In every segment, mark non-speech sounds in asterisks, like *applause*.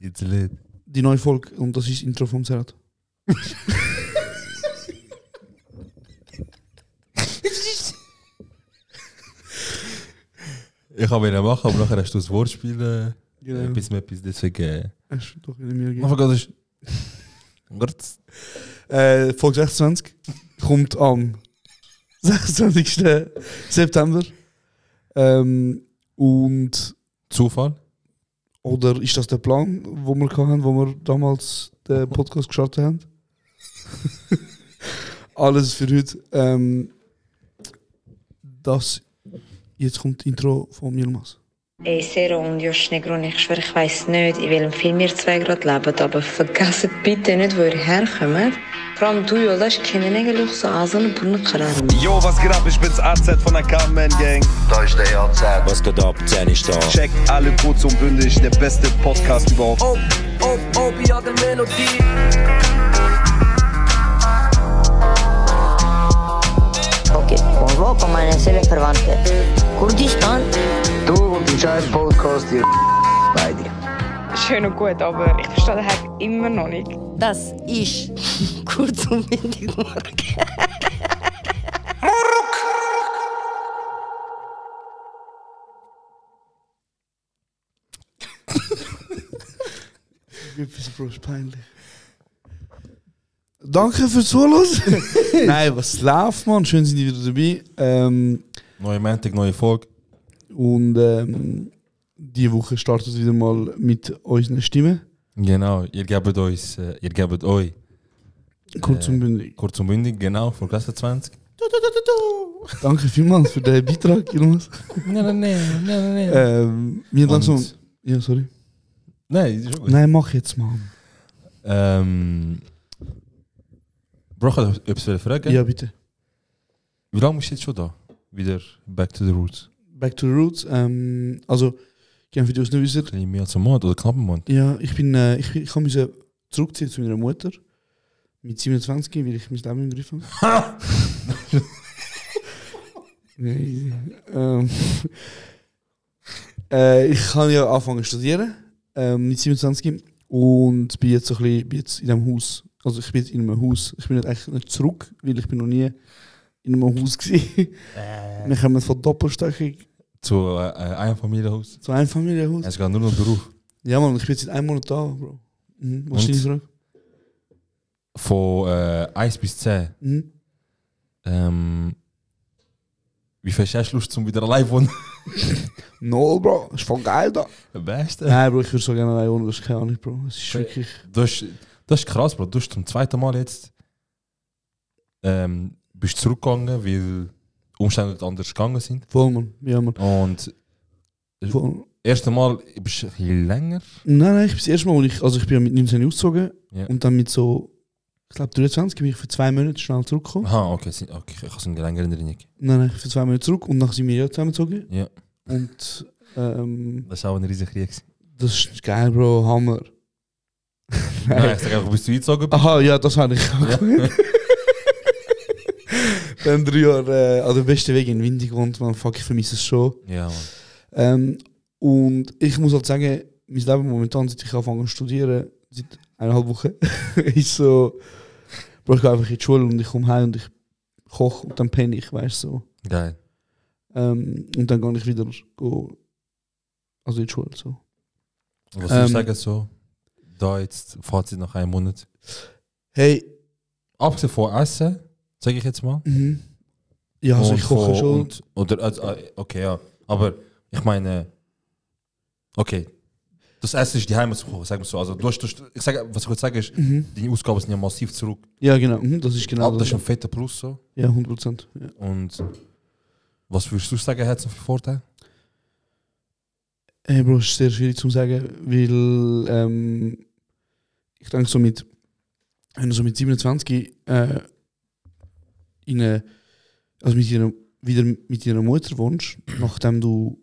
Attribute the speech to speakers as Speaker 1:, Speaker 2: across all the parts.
Speaker 1: It's lit.
Speaker 2: Die neue Folge und das ist Intro vom Serat.
Speaker 1: Ich kann ihn machen, aber nachher hast du das Wortspiel. Äh, Etwas mit etwas, deswegen. äh,
Speaker 2: Hast du doch in mir
Speaker 1: Mach
Speaker 2: gegeben.
Speaker 1: mal das. Gurz.
Speaker 2: Äh, Folge 26 kommt am *laughs* 26. September. Ähm, und
Speaker 1: Zufall.
Speaker 2: oder ist das der Plan, wo wir hatten, wo wir damals den Podcast gestartet haben? *laughs* Alles für heute. Ähm, das jetzt kommt das Intro von Yilmaz.
Speaker 3: Ey, Sero und Josh Negrun, ich schwöre, ich weiss nicht, in welchem Film ihr zwei gerade lebt, aber vergesst bitte nicht, wo ihr herkommt. Vor allem du, Jolas, kennen eigentlich so Asen und Brunnen
Speaker 4: Yo, was geht ab? Ich bin's AZ von der Carmen Gang.
Speaker 5: Da ist der AZ.
Speaker 6: Was geht ab? Zehn ist da.
Speaker 4: Checkt alle kurz und bündig, der beste Podcast überhaupt.
Speaker 7: Oh, oh, oh, wie an der Melodie.
Speaker 8: Ok, Congo con amanecer fervante. Kurdistan
Speaker 5: Du und dein scheiß Podcast, ihr beide.
Speaker 9: schön und gut, aber ich verstehe den Hype immer noch nicht.
Speaker 8: Das ist kurz und windig
Speaker 2: Etwas bloß peinlich. Danke fürs Zuhören. Nein, was läuft, man? Schön sind ihr wieder dabei. Ähm,
Speaker 1: Neue Montag, neue Folge.
Speaker 2: Und ähm, die Woche startet wieder mal mit unseren Stimmen.
Speaker 1: Genau, ihr gebt uns, äh, ihr gebt euch
Speaker 2: Kurz
Speaker 1: Äh.
Speaker 2: und bündig.
Speaker 1: kurz und bündig, genau, vor Klasse 20.
Speaker 2: Danke vielmals für den Beitrag, Jonas. ähm, wir
Speaker 1: Und-
Speaker 2: langsam. Ja, sorry.
Speaker 1: Nein, ist schon gut.
Speaker 2: Nein, mach jetzt mal.
Speaker 1: Ähm, Bro, ich wollte etwas fragen.
Speaker 2: Ja, bitte.
Speaker 1: Wie lange bist du jetzt schon da? Wieder back to the roots?
Speaker 2: Back to the roots. Ähm, also, gerne für die, die es nicht wissen.
Speaker 1: Ein Mehr als ein Monat oder knapp einen Monat?
Speaker 2: Ja, ich bin, äh, ich, ich musste zurückziehen zu meiner Mutter. Mit 27, weil ich mein Leben im Griff habe. *laughs* Nein, easy. ähm, äh, ich kann ja anfangen zu studieren, ähm, mit 27 und bin jetzt, so ein bisschen, bin jetzt in einem Haus. Also ich bin jetzt in einem Haus. Ich bin jetzt eigentlich nicht zurück, weil ich bin noch nie in einem Haus war. Wir kommen von Doppelstöckig
Speaker 1: Zu äh, äh, einem Familienhaus?
Speaker 2: zu Einfamilienhaus.
Speaker 1: Es geht nur noch um Beruf.
Speaker 2: Ja Mann, ich bin jetzt seit einem Monat da, Bro. Mhm. Was ist
Speaker 1: Und?
Speaker 2: deine Frage?
Speaker 1: Von äh, 1 bis 10.
Speaker 2: Mhm.
Speaker 1: Ähm, wie viel hast du Lust, um wieder allein zu *laughs* wohnen?
Speaker 2: No, Bro, ist voll geil da.
Speaker 1: Am besten.
Speaker 2: Nein, Bro, ich würde so gerne allein wohnen, das ist keine Ahnung, Bro. Es ist wirklich.
Speaker 1: Das, ist- das ist Dus, krass, Bro. Dus Du bist zum zweiten Mal jetzt ähm, bist zurückgegangen, weil Umstände nicht anders gegangen sind.
Speaker 2: Voll, Mann. Ja, Mann.
Speaker 1: Und
Speaker 2: Voll.
Speaker 1: das erste Mal bist du ein bisschen länger.
Speaker 2: Nein, nein, ich bin das erste Mal, wo ich, also ich bin ja mit 19 ausgezogen
Speaker 1: Ja.
Speaker 2: und dann mit so, ich glaube 23 bin ich für zwei Monate schnell zurückgekommen.
Speaker 1: Aha, okay, sind- okay ich habe es eine längere Erinnerung.
Speaker 2: Nein, nein, für zwei Monate zurück und dann sind wir ja zusammengezogen.
Speaker 1: Ja.
Speaker 2: Und ähm,
Speaker 1: Das war auch ein riesiger Krieg. gewesen.
Speaker 2: das ist geil, Bro, Hammer.
Speaker 1: Nein, ich sage einfach, bist du eingezogen?
Speaker 2: Aha, ja, das habe ich auch gehört. *laughs* Dann drei Jahre äh, an dem besten Weg in Windig gewohnt, man, fuck, ich vermisse es schon.
Speaker 1: Ja, Mann.
Speaker 2: Ähm, und ich muss halt sagen, mein Leben momentan, seit ich angefangen zu studieren, seit eineinhalb Wochen, *laughs* ist so, Bro, ich gehe einfach in die Schule und ich komme heim und ich koche und dann penne ich, weißt du. So.
Speaker 1: Geil.
Speaker 2: Ähm, und dann gehe ich wieder go, also in die Schule. So.
Speaker 1: Und Was würdest du
Speaker 2: Ähm.
Speaker 1: sagen, so, da jetzt Fazit nach einem Monat?
Speaker 2: Hey,
Speaker 1: Abgesehen von Essen, sage ich jetzt mal.
Speaker 2: mhm. ja, also
Speaker 1: Und
Speaker 2: ich koche
Speaker 1: von-
Speaker 2: schon.
Speaker 1: Und, oder, also, äh, okay, ja. Aber ich meine, okay, das Essen ist die Heimat zu kochen, sagen wir so. Also, du hast, du hast, ich sage, was ich würde sagen ist,
Speaker 2: Mhm.
Speaker 1: deine Ausgaben sind ja massiv zurück.
Speaker 2: Ja, genau, mhm, das ist genau
Speaker 1: Aber das ist
Speaker 2: das.
Speaker 1: ein fetter Plus so.
Speaker 2: Ja, 100 Prozent. Ja.
Speaker 1: Und was würdest du sagen, hat es noch für Vorteile?
Speaker 2: Hey Bro, es ist sehr schwierig zu sagen, weil ähm, ich denke so mit, wenn du so mit 27 äh, in eine, also mit ihrer, wieder mit ihrer Mutter wohnst, nachdem du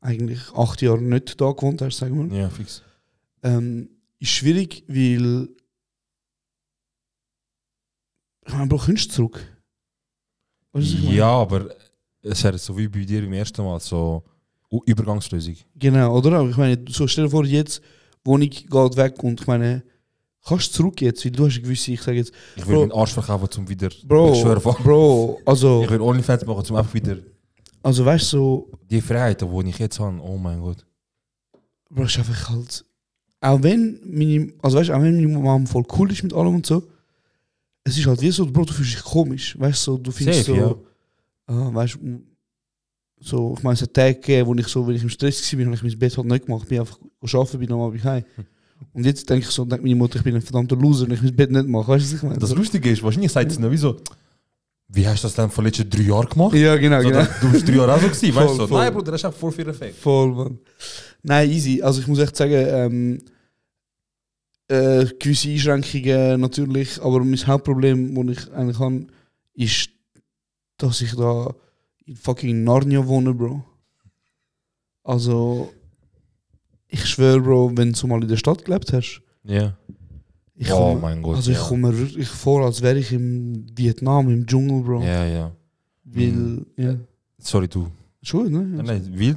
Speaker 2: eigentlich acht Jahre nicht da gewohnt hast, sagen wir, mal,
Speaker 1: Ja, fix.
Speaker 2: ähm, ist schwierig, weil ich meine, Bro, kommst du zurück? Weißt du, was ich meine?
Speaker 1: Ja, aber es wäre so wie bei dir im ersten Mal, so U- Übergangslösung.
Speaker 2: Genau, oder? Aber Ich meine, so stell dir vor, jetzt Wohnung geht weg und ich meine, kannst zurück jetzt, weil du hast gewusst, ich sage jetzt,
Speaker 1: Ich will
Speaker 2: Bro,
Speaker 1: meinen Arsch verkaufen, um wieder.
Speaker 2: Bro,
Speaker 1: ich schwöre, Bro.
Speaker 2: Bro, also,
Speaker 1: Ich will OnlyFans machen, um einfach wieder.
Speaker 2: also weißt du, so,
Speaker 1: Die Freiheit, die ich jetzt habe, oh mein Gott.
Speaker 2: Bro, ist einfach halt. Auch wenn meine, also weißt, du, auch wenn meine Mom voll cool ist mit allem und so, es ist halt wie so, Bro, du fühlst dich komisch. Weißt du, so, du findest
Speaker 1: Safe,
Speaker 2: so, ah, weißt du, m- so, ich meine, es hat Tage gegeben, wo ich so, wenn ich im Stress war, habe ich mein Bett halt nicht gemacht, bin einfach arbeiten, bin nochmal bei Und jetzt denke ich so, denkt meine Mutter, ich bin ein verdammter Loser und ich mein Bett nicht mache. Weißt du, was ich meine?
Speaker 1: Das
Speaker 2: So-
Speaker 1: Lustige ist, wahrscheinlich sagt sie noch, wieso? Wie hast du das denn vor den letzten drei Jahren gemacht?
Speaker 2: ja, genau,
Speaker 1: So,
Speaker 2: genau.
Speaker 1: dass Du bist drei Jahre auch so gewesen, weißt
Speaker 2: Voll,
Speaker 1: du? So.
Speaker 2: voll.
Speaker 1: Nein, Bruder, das ist einfach voll viel Effekt.
Speaker 2: Voll, Mann. Nein, easy. Also ich muss echt sagen, ähm, äh, gewisse Einschränkungen natürlich, aber mein Hauptproblem, das ich eigentlich habe, ist, dass ich da in fucking Narnia wohne, Bro. Also, ich schwöre, Bro, wenn du mal in der Stadt gelebt hast,
Speaker 1: Ja.
Speaker 2: ich
Speaker 1: Oh
Speaker 2: komme-
Speaker 1: mein Gott,
Speaker 2: also ich
Speaker 1: ja.
Speaker 2: komme mir wirklich vor, als wäre ich im Vietnam, im Dschungel, Bro.
Speaker 1: Ja, Mhm. ja.
Speaker 2: Weil, ja.
Speaker 1: Sorry, du.
Speaker 2: Schon, ne?
Speaker 1: Nein, nein, wie?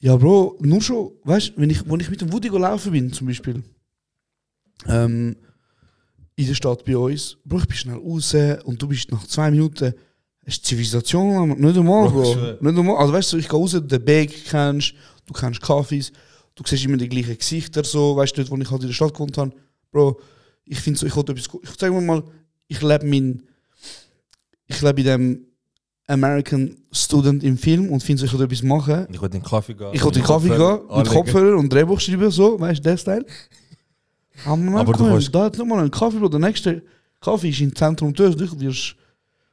Speaker 2: Ja, Bro, nur schon, weißt du, wenn ich, wenn ich mit dem Woody gelaufen bin, zum Beispiel, ähm, in der Stadt bei uns, Bro, ich bin schnell raus und du bist nach zwei Minuten, es ist Zivilisation, am- nicht einmal,
Speaker 1: Bro,
Speaker 2: Bro.
Speaker 1: ich schwör.
Speaker 2: Nicht einmal, also weißt du, ich gehe raus, den Bag kennst, du kennst Kaffees, du siehst immer die gleichen Gesichter, so, weißt du, dort, wo ich halt in der Stadt gewohnt habe, Bro, ich finde so, ich wollte etwas, ich sag mir mal, ich lebe mein, ich lebe in dem American Student im Film und finde so, ich will etwas machen.
Speaker 1: Ich wollte den Kaffee gehen.
Speaker 2: Ich wollte in den Kaffee
Speaker 1: Oh,
Speaker 2: gehen, mit Kopfhörer und Drehbuch schreiben, so, weißt du, der Style. Aber, Ah, man
Speaker 1: Aber du
Speaker 2: komm,
Speaker 1: kannst-
Speaker 2: da hat nochmal einen Kaffee, Bro. Der nächste Kaffee ist im Zentrum Tür, du wirst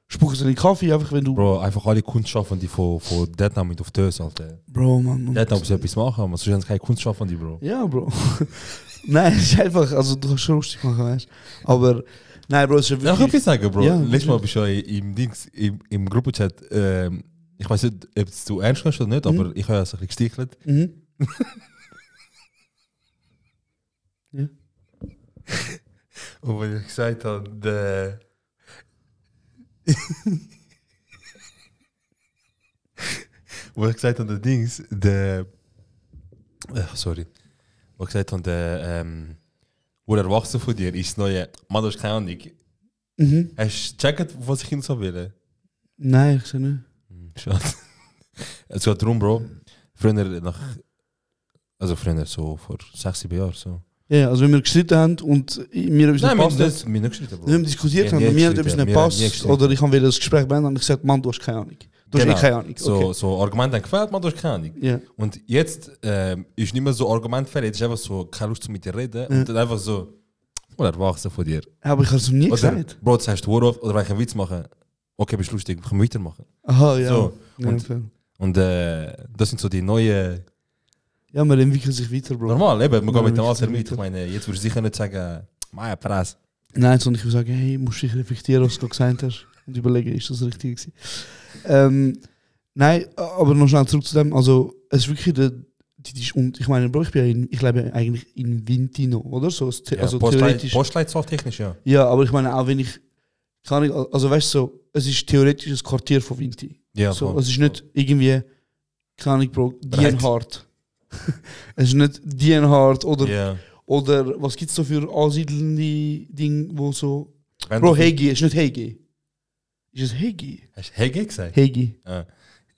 Speaker 2: spucken sie den Kaffee, einfach wenn du. Bro,
Speaker 1: Bro, einfach alle Kundschaffen, die von, von Deadnam mit auf Tös, Alter.
Speaker 2: Mann. Mann.
Speaker 1: Deadnam muss etwas machen, aber sonst haben sie keine Kundschaffen, die, Bro.
Speaker 2: Ja, Bro. *laughs* nein, es ist einfach, also du kannst schon lustig machen, weißt du. Aber, nein, Bro, es ist ja
Speaker 1: Ja, ich kann
Speaker 2: wirklich.
Speaker 1: viel sagen, Bro.
Speaker 2: Ja,
Speaker 1: Letztes Mal bist du ja im, Dings, im, im Gruppenchat, ähm, ich weiß nicht, ob es du ernst kannst oder nicht, aber ich habe ja so ein bisschen gestichelt. *laughs*
Speaker 2: Mhm.
Speaker 1: Und wenn ich gesagt habe, der. *laughs* Wo ich gesagt habe, der Dings, der. Ach, sorry. Wo ich gesagt habe, der. Ähm, wo der Erwachsene von dir ist, das neue. Mann, du hast keine Ahnung.
Speaker 2: Mhm.
Speaker 1: Hast du gecheckt, was ich ihm so will?
Speaker 2: Nein, ich sehe nicht.
Speaker 1: Schade. *laughs* Es geht darum, Bro. Früher nach. Also früher so vor sechs, sieben Jahren. So.
Speaker 2: Ja, also wenn wir gestritten haben und mir etwas
Speaker 1: Nein,
Speaker 2: nicht
Speaker 1: wir
Speaker 2: passt,
Speaker 1: haben nicht, wir haben nicht gestritten, Bro.
Speaker 2: wenn wir diskutiert
Speaker 1: Ja,
Speaker 2: haben
Speaker 1: nie
Speaker 2: und mir hat etwas
Speaker 1: gestritten,
Speaker 2: nicht
Speaker 1: wir haben nie
Speaker 2: passt,
Speaker 1: gestritten.
Speaker 2: oder ich habe wieder das Gespräch beendet und ich gesagt, Mann, du hast keine Ahnung. Du hast eh keine Ahnung. Okay.
Speaker 1: Genau. So, so Argument dann gefällt man, du hast keine Ahnung.
Speaker 2: Ja.
Speaker 1: Und jetzt ähm, ist nicht mehr so argumentfähig, jetzt ist einfach so, keine Lust mit dir reden
Speaker 2: Mhm.
Speaker 1: und dann einfach so, oder erwachsen von dir.
Speaker 2: Aber ich habe es ihm nie
Speaker 1: Oder,
Speaker 2: gesagt.
Speaker 1: Bro, das heißt du auf, oder wenn ich einen Witz mache, okay, bist lustig, können wir weitermachen.
Speaker 2: Aha, ja.
Speaker 1: So,
Speaker 2: ja,
Speaker 1: und-
Speaker 2: fair.
Speaker 1: Und äh, das sind so die neuen,
Speaker 2: ja, man entwickelt sich weiter, Bro.
Speaker 1: normal, eben, man
Speaker 2: Ja,
Speaker 1: geht mit dem
Speaker 2: ich-
Speaker 1: Alter mit. Ich meine, jetzt würdest du sicher nicht sagen, meine Press.
Speaker 2: Nein, sondern ich würde sagen, hey, musst dich reflektieren, was du gesagt hast und überlegen, ist das richtig gewesen. Ähm, nein, aber noch schnell zurück zu dem. Also, es ist wirklich der. die- die- Und ich meine, Bro, ich, bin ja in, ich lebe ja eigentlich in Vintino, oder? So, es-
Speaker 1: Ja,
Speaker 2: also
Speaker 1: Postleit-
Speaker 2: theoretisch.
Speaker 1: Postleitzahl technisch, ja.
Speaker 2: Ja, aber ich meine, auch wenn ich. Kann ich also, weißt du, so, es ist theoretisch ein Quartier von Vinti.
Speaker 1: ja
Speaker 2: so,
Speaker 1: voll.
Speaker 2: es ist nicht irgendwie, keine Ahnung, Bro,
Speaker 1: Breit.
Speaker 2: Dienhard. *laughs* es ist nicht Dienhard oder,
Speaker 1: Ja.
Speaker 2: oder was gibt es so für ansiedelnde Dinge, wo so.
Speaker 1: Wenn
Speaker 2: Bro,
Speaker 1: du-
Speaker 2: Hegi, es ist nicht Hegi. Ist es Hegi?
Speaker 1: Hast du Hegi gesagt?
Speaker 2: Hegi.
Speaker 1: Äh,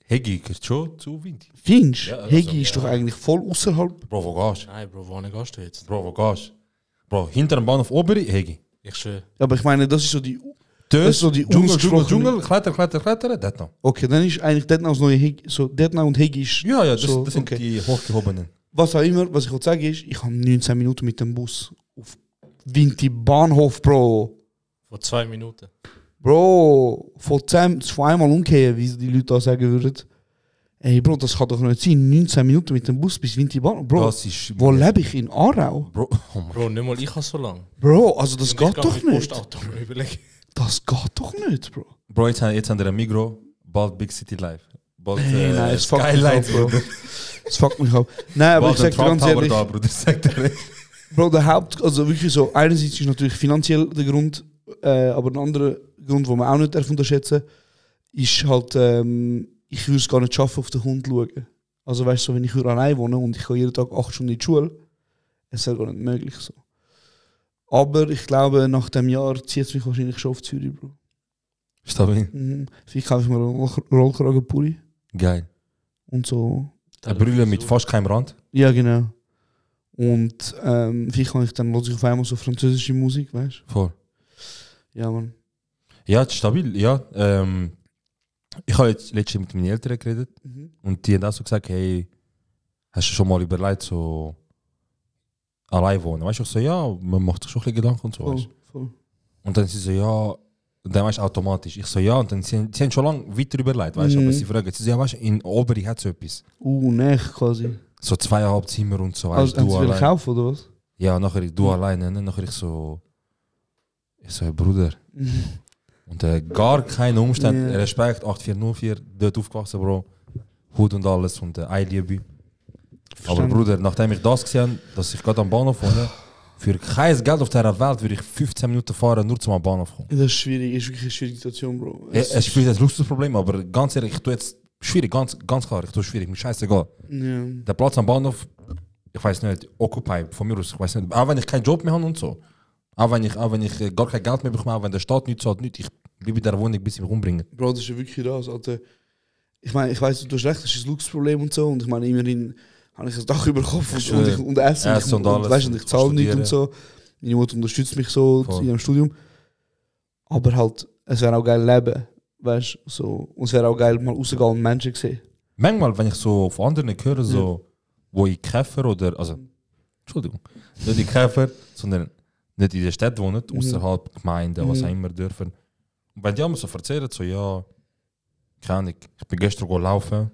Speaker 1: Hegi gehört schon zu Wind.
Speaker 2: Findest
Speaker 1: Ja, also,
Speaker 2: Hegi ist
Speaker 1: ja.
Speaker 2: doch eigentlich voll außerhalb.
Speaker 1: Bro, wo gehst du?
Speaker 10: Nein, Bro, wohin gehst du jetzt?
Speaker 1: Bro, wo gehst du? Bro, hinter dem Bahnhof Oberi, Hegi.
Speaker 10: Ich schwöre.
Speaker 2: Aber ich meine, das ist so die.
Speaker 1: Das
Speaker 2: ist so die
Speaker 1: Dschungel, Dschungel,
Speaker 2: ungesprochene-
Speaker 1: Dschungel, kletter, kletter, kletter, das noch.
Speaker 2: Okay, dann ist eigentlich Detnau das neue Hegi. So, Detnau und Hegi ist.
Speaker 1: Ja, dus ja, das,
Speaker 2: so,
Speaker 1: das sind die Hochgehobenen.
Speaker 2: Was auch immer, was ich wollte sagen ist, ich habe 19 Minuten mit dem Bus auf Vinti Bahnhof, Bro.
Speaker 10: Vor zwei Minuten.
Speaker 2: Bro, vor zehn, zweimal umkehren, wie die Leute da sagen würden. Ey, Bro, das kann doch nicht sein. 19 Minuten mit dem Bus bis Winterbahn. Bro,
Speaker 1: Das ist.
Speaker 2: wo lebe ich? In Aarau?
Speaker 1: Bro, oh mein
Speaker 10: Bro, nicht mal ich habe so lange.
Speaker 2: Bro, also das
Speaker 10: Und ich
Speaker 2: geht
Speaker 10: gehe
Speaker 2: doch
Speaker 10: mit
Speaker 2: nicht.
Speaker 10: Postauto,
Speaker 11: *laughs*
Speaker 10: Bro, überleg.
Speaker 2: Das geht doch nicht, Bro.
Speaker 1: Bro, jetzt, jetzt haben wir ein Migro, bald Big City Life. Bald
Speaker 2: Hey,
Speaker 1: äh,
Speaker 2: nein, es fuckt mich
Speaker 1: Skylight,
Speaker 2: ab, Bro.
Speaker 1: Bro.
Speaker 2: Das fuckt mich ab. Nein, aber
Speaker 1: Bald
Speaker 2: ich sag
Speaker 1: ein
Speaker 2: dir
Speaker 1: Trump
Speaker 2: ganz
Speaker 1: Tower
Speaker 2: ehrlich,
Speaker 1: da, Bruder, sagt er.
Speaker 2: Bro, der Haupt, also wirklich so, einerseits ist natürlich finanziell der Grund, äh, aber ein anderer Grund, den man auch nicht darf unterschätzen ist halt, ähm, ich würde es gar nicht schaffen, auf den Hund zu schauen. Also weißt du, so, wenn ich hier allein wohne und ich gehe jeden Tag acht Stunden in die Schule, es wäre gar nicht möglich so. Aber ich glaube, nach dem Jahr zieht es mich wahrscheinlich schon auf Zürich, Bro.
Speaker 1: Stabil.
Speaker 2: Mhm. Vielleicht kaufe ich mir einen Roll- Rollkragenpulli
Speaker 1: Geil.
Speaker 2: und so.
Speaker 1: Eine Brille mit fast keinem Rand.
Speaker 2: Ja, genau. Und ähm, vielleicht kann ich dann los ich auf einmal so französische Musik, weißt du?
Speaker 1: Voll.
Speaker 2: Ja, Mann.
Speaker 1: Ja, stabil, ja. Ähm, ich habe jetzt letztens mit meinen Eltern geredet
Speaker 2: Mhm.
Speaker 1: und die haben auch so gesagt, hey, hast du schon mal überlegt, so allein wohnen? Weißt du, ich so, ja, man macht sich schon ein bisschen Gedanken und so.
Speaker 2: Voll,
Speaker 1: Weißt? du.
Speaker 2: voll.
Speaker 1: Und dann sie so, ja, und dann weißt du automatisch. Ich so, ja, und dann sie, sie haben schon lange weiter überlegt, weißt du,
Speaker 2: Mhm.
Speaker 1: aber sie fragen, sie so, ja, weißt du, in Oberi hat es etwas.
Speaker 2: Uh, nech quasi.
Speaker 1: So zweieinhalb Zimmer und so, weißt
Speaker 2: Also,
Speaker 1: du,
Speaker 2: haben
Speaker 1: du
Speaker 2: sie will
Speaker 1: allein.
Speaker 2: kaufen oder was?
Speaker 1: Ja, nachher du alleine, ne? nachher ich so, ich so, hey, Bruder. Und äh, gar keine Umstände.
Speaker 2: Ja.
Speaker 1: Respekt, 8404, dort aufgewachsen, Bro. Hut und alles und äh, Einliebe. Aber
Speaker 2: Verstanden.
Speaker 1: Bruder, nachdem ich das gesehen habe, dass ich gerade am Bahnhof wohne, für kein Geld auf dieser Welt würde ich 15 Minuten fahren, nur zum am Bahnhof Eh, kommen.
Speaker 2: Das ist schwierig, ist wirklich eine schwierige Situation, Bro.
Speaker 1: Es, es spielt ein Luxusproblem, aber ganz ehrlich, ich tue jetzt schwierig, ganz, ganz klar, ich tue schwierig, mir scheißegal.
Speaker 2: ja.
Speaker 1: Der Platz am Bahnhof, ich weiß nicht, Occupy, von mir aus, ich weiß nicht. Auch wenn ich keinen Job mehr habe und so. Auch wenn ich, auch wenn ich äh, gar kein Geld mehr bekomme, auch wenn der Staat nichts zahlt, nichts. Ich bleibe in der Wohnung, bis ich mich umbringe.
Speaker 2: Bro, das ist ja wirklich das. Alter. Ich meine, ich weiß, du hast recht, das ist ein Luxusproblem und so. Und ich meine, immerhin habe ich ein Dach über den Kopf und, und, ich, und Essen.
Speaker 1: Essen und
Speaker 2: ich,
Speaker 1: alles.
Speaker 2: weißt, und ich
Speaker 1: Und
Speaker 2: zahle nichts
Speaker 1: studieren.
Speaker 2: und so. Meine Mutter unterstützt mich so
Speaker 1: Voll.
Speaker 2: in ihrem Studium. Aber halt, es wäre auch geil leben. Weißt du, so. Und es wäre auch geil, mal rausgehen und Menschen sehen.
Speaker 1: manchmal, wenn ich so von anderen höre, so, wo in Käfer oder, also, Entschuldigung, nicht in Käfer, sondern nicht in der Stadt wohnen, außerhalb Gemeinden, was auch immer dürfen. Und wenn die immer so erzählen, so, ja, keine Ahnung, ich bin gestern go laufen,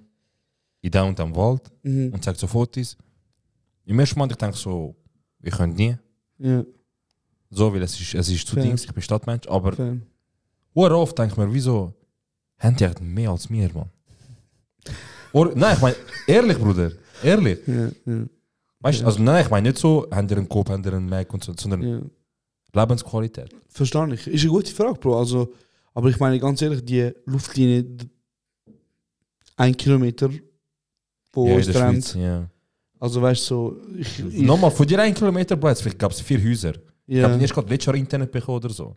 Speaker 1: in da und am Wald,
Speaker 2: Mhm.
Speaker 1: und zeigt so Fotos. Im ersten Moment, ich denke so, ich könnte nie.
Speaker 2: Ja,
Speaker 1: So, weil es ist, es ist zu
Speaker 2: Fair.
Speaker 1: Dings, ich bin Stadtmensch, aber
Speaker 2: fair.
Speaker 1: Hoor auf, denk mir, wieso? Haben die echt mehr als mir, man? Oder, nein, ich meine, ehrlich, Bruder. Ehrlich.
Speaker 2: Ja, ja,
Speaker 1: Weißt du, also nein, ich meine nicht so, haben die einen Kopf, haben die einen Mac und so, sondern
Speaker 2: ja.
Speaker 1: Lebensqualität.
Speaker 2: Verstehe ich. Ist eine gute Frage, Bro. Also, aber ich meine ganz ehrlich, die Luftlinie, d- ein Kilometer, wo
Speaker 1: Ja, in
Speaker 2: uns
Speaker 1: der
Speaker 2: trennt.
Speaker 1: Schweiz, dus ja.
Speaker 2: Also weißt du, so, ich, ich,
Speaker 1: Nochmal, für die 1 Kilometer Platz, vielleicht gab es vier Häuser. Ich
Speaker 2: ja,
Speaker 1: habe erst gerade letztes Jahr Internet bekommen oder
Speaker 2: *laughs*
Speaker 1: so.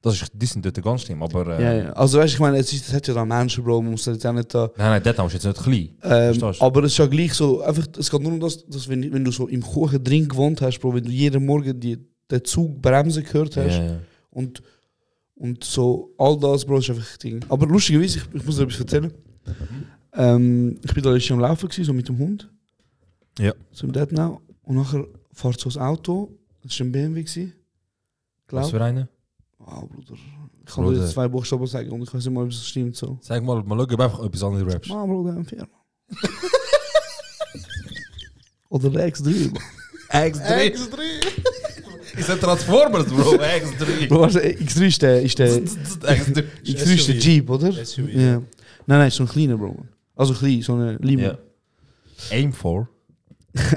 Speaker 1: das ist, die sind dort ganz schlimm, aber... Äh,
Speaker 2: ja, ja. Also weißt du, ich meine, es ist, es hat ja da Menschen, Bro, man muss das jetzt auch nicht da.
Speaker 1: Nein, nein, dort ist jetzt nicht klein.
Speaker 2: Ähm,
Speaker 1: Verstehst du?
Speaker 2: aber es ist ja gleich so, einfach, es geht nur um das, dass wenn, wenn du so im Kuchen drin gewohnt hast, Bro, wenn du jeden Morgen die, den Zug bremsen gehört hast
Speaker 1: Ja, ja.
Speaker 2: und, und so all das, Bro, ist einfach Ding. Aber lustigerweise, ich, ich muss dir etwas erzählen. Ähm, ich bin da letztes Jahr am Laufen, gewesen, so mit dem Hund.
Speaker 1: Ja.
Speaker 2: So im Deadnow. Und nachher fährt so ein Auto, das war ein BMW, gewesen, glaub.
Speaker 1: Was für eine?
Speaker 2: Wow, Bruder. Ich kann
Speaker 1: Bruder.
Speaker 2: dir jetzt zwei Buchstaben sagen und ich weiß nicht mal, ob es stimmt so.
Speaker 1: Sag mal, mal schauen, ob einfach etwas anderes rappst.
Speaker 2: Mann, Bruder, ein
Speaker 1: *laughs*
Speaker 2: Firma. Oder der X3, Mann.
Speaker 1: X3. *laughs* Ist ein Transformers, Bro. X3.
Speaker 2: Bro, also, X3 ist der, ist
Speaker 1: *laughs* Eh,
Speaker 2: der,
Speaker 1: X3.
Speaker 2: X3 ist der Jeep, oder?
Speaker 10: SUV,
Speaker 2: Ja. Nein, nein, so ein kleiner, Bro. Also klein, so eine Limo. *laughs*
Speaker 1: Ja. Aim for.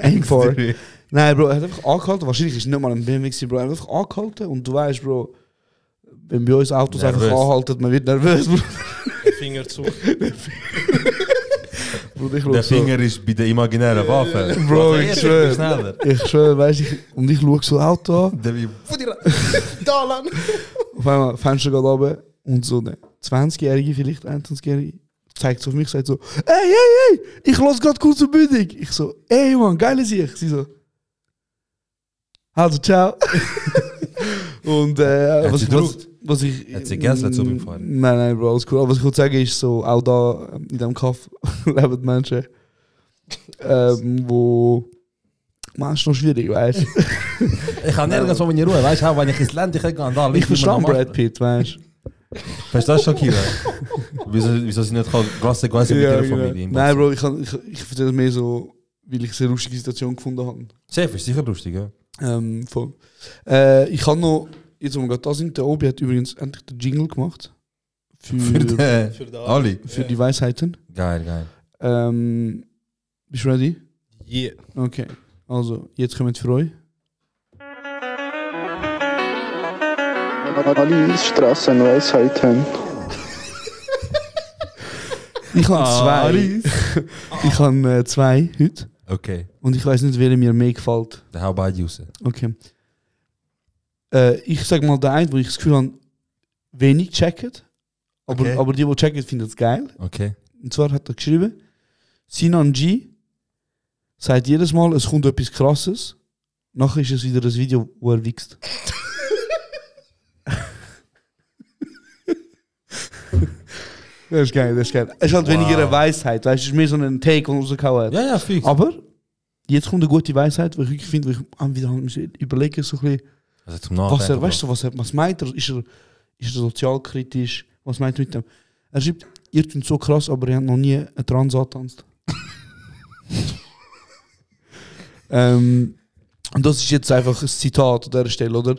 Speaker 2: Aim for. Nein, Bro, er hat einfach angehalten. Wahrscheinlich ist es nicht mal ein BMW, gewesen, Bro. Er hat einfach angehalten und du weißt, Bro, wenn bei uns Autos einfach
Speaker 1: Nervös.
Speaker 2: anhalten, man wird nervös, Bro. *laughs*
Speaker 10: Finger zu.
Speaker 2: Bro, ich schau
Speaker 1: Der
Speaker 2: so.
Speaker 1: Finger ist bei der imaginären Waffe.
Speaker 2: Bro,
Speaker 1: Ehrlich,
Speaker 2: ich schwöre.
Speaker 1: Schneller.
Speaker 2: Ich schwöre, weißt du, und ich schaue so ein Auto an.
Speaker 1: Der wie.
Speaker 2: Auf einmal Fenster geht runter und so eine 20-Jährige, vielleicht 21-Jährige, zeigt so auf mich, sagt so, ey, ey, ey, ich los gerade kurz zur Bündung. Ich so, ey, Mann, geile Sicht. Sie so, also, ciao. *laughs* und äh,
Speaker 1: Hat
Speaker 2: was,
Speaker 1: sie
Speaker 2: ich, was,
Speaker 1: gedruckt?
Speaker 2: was ich...
Speaker 1: Hat sie Gäste zu beim Fahren?
Speaker 2: Nein, nein, Bro, alles cool. Aber was ich kurz sagen ist so, auch da ähm, in diesem Kaff *laughs* leben die Menschen, ähm, wo... Man, ist noch schwierig, weißt du.
Speaker 1: Ich kann nirgends wo meine Ruhe. Weißt du, auch wenn ich ins Land gehe, da
Speaker 2: Ich verstehe Brad Pitt, weißt du.
Speaker 1: Verstehst du, Shakira? wieso, wieso sie nicht kann große Gäste mit
Speaker 2: Ja,
Speaker 1: ihrer
Speaker 2: genau.
Speaker 1: Familie?
Speaker 2: Nein, Bro, ich, kann- ich, ich erzähle das mehr so, weil ich es eine lustige Situation gefunden habe.
Speaker 1: Chef ist sicher lustig, ja?
Speaker 2: Ähm, voll. Äh, ich habe noch, jetzt wo wir gerade da sind, der Obi hat übrigens endlich den Jingle gemacht. Für,
Speaker 1: Für
Speaker 2: für,
Speaker 1: den.
Speaker 10: Für den
Speaker 1: Eh, Ali.
Speaker 2: die Weisheiten.
Speaker 1: Geil, geil.
Speaker 2: Ähm, bist du ready?
Speaker 10: Yeah.
Speaker 2: Okay. Also, jetzt kommen für euch.
Speaker 5: Ali Straßenweisheiten.
Speaker 2: eh, Ich habe zwei. Ich habe äh, zwei heute.
Speaker 1: Okay,
Speaker 2: Und ich weiß nicht, welcher mir mehr gefällt.
Speaker 1: dann hau beide raus.
Speaker 2: Okay. Äh, ich sag mal, der eine, wo ich das Gefühl habe, wenig checket. Aber,
Speaker 1: Okay.
Speaker 2: aber die, die checket, finden es geil.
Speaker 1: Okay.
Speaker 2: Und zwar hat er geschrieben, Sinan G sagt jedes Mal, es kommt etwas Krasses. Nachher ist es wieder das Video, wo er wächst. das ist geil, das ist geil. Es ist halt weniger eine Weisheit, weißt du, es ist mehr so ein Take, den er rausgehauen hat.
Speaker 1: Ja, ja, fix.
Speaker 2: Aber jetzt kommt eine gute Weisheit, weil ich wirklich finde, weil ich am wieder muss überlegen, so ein bisschen,
Speaker 1: Also zum Nachdenken.
Speaker 2: was er, weißt du, was er, was meint er, ist er, ist er sozialkritisch, was meint er mit dem? Er schreibt, ihr tut so krass, aber ihr habt noch nie einen Trans angetanzt. ähm, und das ist jetzt einfach ein Zitat an dieser Stelle, oder?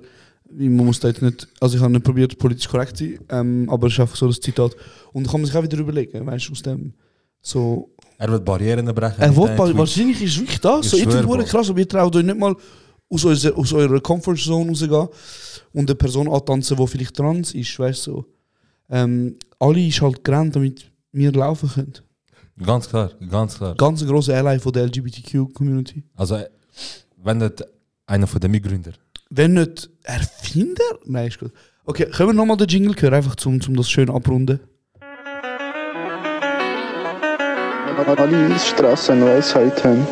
Speaker 2: Man muss da jetzt nicht, also ich habe nicht probiert, politisch korrekt zu sein, ähm, aber es ist einfach so das Zitat. Und da kann man sich auch wieder überlegen, weißt du, aus dem, so,
Speaker 1: Er wird Barrieren brechen.
Speaker 2: er
Speaker 1: mit
Speaker 2: will
Speaker 1: deinem
Speaker 2: bald,
Speaker 1: Tweet.
Speaker 2: wahrscheinlich ist wirklich das.
Speaker 1: Ich
Speaker 2: So, ich
Speaker 1: schwör,
Speaker 2: finde
Speaker 1: Bro.
Speaker 2: es krass, aber ihr traut euch nicht mal aus, eurer- aus eurer Comfortzone rausgehen und eine Person antanzen, die vielleicht trans ist, weißt du. So. Ähm, alle ist halt gerannt, damit wir laufen können.
Speaker 1: Ganz klar, ganz klar.
Speaker 2: Ganz ein grosser Ally von der LGBTQ-Community.
Speaker 1: Also, äh, wenn das einer von den Mitgründern.
Speaker 2: Wenn nicht Erfinder? Nein, ist gut. Okay, können wir nochmal den Jingle hören, einfach zum, zum das schön abrunden?
Speaker 5: Alle Straßenweisheiten.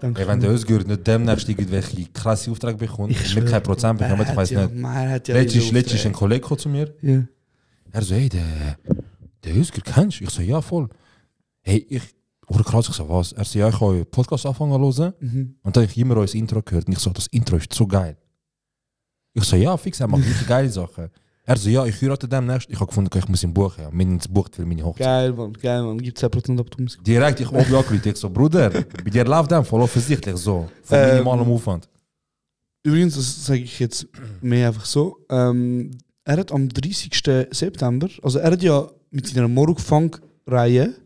Speaker 2: Danke.
Speaker 1: Ey, wenn der Özgür nicht demnächst irgendwelche krasse Aufträge bekommt,
Speaker 2: Ich
Speaker 1: wir
Speaker 2: schwör,
Speaker 1: kein Prozent
Speaker 2: man
Speaker 1: bekommen, ich
Speaker 2: hat
Speaker 1: weiß
Speaker 2: ja,
Speaker 1: nicht.
Speaker 2: Man hat ja
Speaker 1: Letztens
Speaker 2: wieder
Speaker 1: letztens ist ein
Speaker 2: Aufträge.
Speaker 1: Kollege gekommen zu mir.
Speaker 2: Ja.
Speaker 1: Er so, hey, der, der Özgür kennst du? Ich so, ja, voll. Hey, ich, oder krass, ich so, was? Er so, ja, ich habe euren Podcast anfangen zu hören
Speaker 2: Mhm.
Speaker 1: und dann habe ich immer euer Intro gehört und ich so, das Intro ist so geil. Ich so, ja, fix, er
Speaker 2: *laughs*
Speaker 1: macht wirklich geile Sachen. Er so, ja, ich heirate demnächst. Ich habe gefunden, ich muss ihn buchen. Ja. Wir haben ihn gebucht für meine Hochzeit.
Speaker 2: Geil, Mann, geil, Mann. Gibt 10% ab, du musst
Speaker 1: Direkt, ich habe mich angerufen. Ich so, Bruder, bei dir läuft dem voll offensichtlich so. Von
Speaker 2: Ähm.
Speaker 1: minimalem Aufwand.
Speaker 2: Übrigens, das sage ich jetzt mehr einfach so. Ähm, er hat am 30. September, also er hat ja mit seiner Morgfunk-Reihe,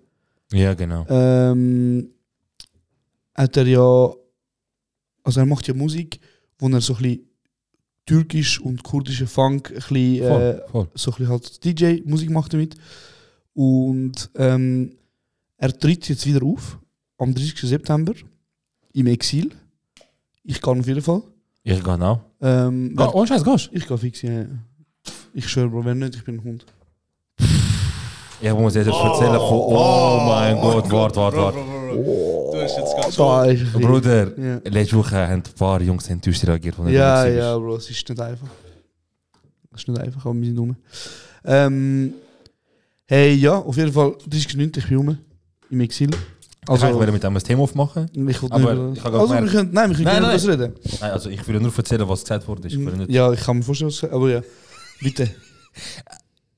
Speaker 1: Ja, genau.
Speaker 2: ähm, hat er ja, also er macht ja Musik, wo er so ein bisschen türkisch und kurdische Funk, ein bisschen, äh,
Speaker 1: Voll, voll.
Speaker 2: so ein bisschen halt DJ Musik macht damit. Und ähm, er tritt jetzt wieder auf am 30. September im Exil. Ich kann auf jeden Fall.
Speaker 1: Ich gehe auch.
Speaker 2: Ähm,
Speaker 1: Ga- Ohne Scheiß, gehst
Speaker 2: Ich gehe fix, ja. ja. Ich schwöre, Bro, wenn nicht, ich bin ein Hund.
Speaker 1: du? Ich muss jetzt erzählen von, oh, mein Gott, warte, warte, warte.
Speaker 10: Du hast jetzt ganz
Speaker 2: Da ist ein
Speaker 1: Bruder,
Speaker 2: Ja.
Speaker 1: letzte Woche haben ein paar Jungs enttäuscht reagiert, als du
Speaker 2: Ja,
Speaker 1: nicht
Speaker 2: ja,
Speaker 1: warst.
Speaker 2: Bro, es ist nicht einfach. Es ist nicht einfach, aber wir sind rum. Ähm, hey, ja, auf jeden Fall, 30 Minuten, ich bin rum. Im Exil. Also,
Speaker 1: Ich wollte mit dem ein Thema aufmachen.
Speaker 2: ich will nicht
Speaker 1: aber
Speaker 2: über-
Speaker 1: ich hab grad
Speaker 2: also wir
Speaker 1: gemerkt-
Speaker 2: können, nein, wir können
Speaker 1: Nein,
Speaker 2: gerne
Speaker 1: nein.
Speaker 2: das reden.
Speaker 1: Nein, also ich will nur erzählen, was gesagt wurde. Ich will nicht...
Speaker 2: Mm. Ja, ich kann mir vorstellen, was- aber oh, ja. Bitte.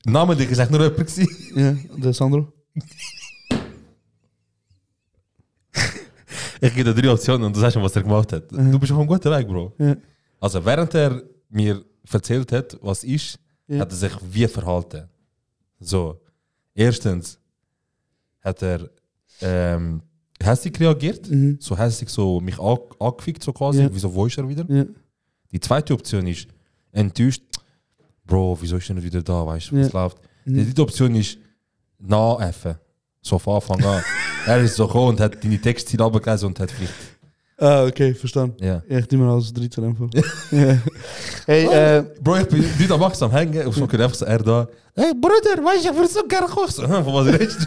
Speaker 1: Namentlich ist echt nur jemand gewesen.
Speaker 2: Ja, der Sandro.
Speaker 1: Ich gebe dir drei Optionen und du sagst mir, was er gemacht hat. Du bist auf einem guten Weg, Bro.
Speaker 2: Ja.
Speaker 1: Also während er mir erzählt hat, was ist,
Speaker 2: Ja.
Speaker 1: hat er sich wie verhalten. So, erstens hat er ähm, hässlich reagiert,
Speaker 2: Mhm.
Speaker 1: so hässlich so mich an, angefickt so quasi,
Speaker 2: Ja.
Speaker 1: wieso wo ist er wieder?
Speaker 2: Ja.
Speaker 1: Die zweite Option ist enttäuscht, Bro, wieso ist er nicht wieder da, weißt du, was läuft? Die dritte Option ist nachäffen, so von Anfang an. er ist so gekommen und hat deine Textziele abgelesen und hat vielleicht,
Speaker 2: Ah, okay, verstanden.
Speaker 1: ja.
Speaker 2: Ja, ich nehme alles
Speaker 1: *laughs*
Speaker 2: 13 einfach. Ja. Hey, äh,
Speaker 1: Bro, ich bin nicht am Wachsam hängen. Ich schaue einfach so, er da. Hey, Bruder, weißt du, ich würde so gerne kochen. So, Von was redest *laughs* du?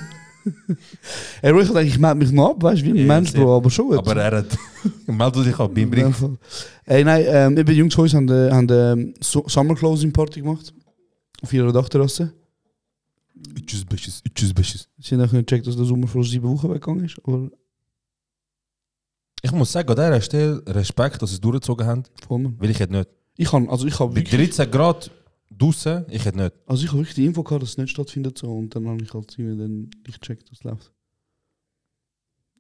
Speaker 2: hey, Bro, ich dachte, ich melde mich noch ab, weißt du, wie ein
Speaker 1: Ja,
Speaker 2: Mensch,
Speaker 1: safe.
Speaker 2: Bro, aber schon. jetzt.
Speaker 1: Aber er hat. *laughs* Melde dich ab, beim Ring.
Speaker 2: Ja, voll. Ey, nein, ähm, ich bin Jungs Heus, haben eine haben eine ehm, so Summer Closing Party gemacht. Auf ihrer Dachterrasse.
Speaker 1: Tschüss, Bisches, tschüss, Bisches.
Speaker 2: Sie haben auch nicht gecheckt, dass der Sommer vor sieben Wochen weggegangen ist. Aber
Speaker 1: Ich muss sagen, an dieser Stelle Respekt, dass sie es durchgezogen haben,
Speaker 2: voll, Mann.
Speaker 1: weil ich hätte nicht.
Speaker 2: Ich habe also ich hab
Speaker 1: Bei
Speaker 2: wirklich,
Speaker 1: 13 Grad draußen, ich hätte nicht.
Speaker 2: also ich hab wirklich die Info gehabt, dass es nicht stattfindet. So, und dann habe ich halt irgendwie dann nicht gecheckt, dass es läuft.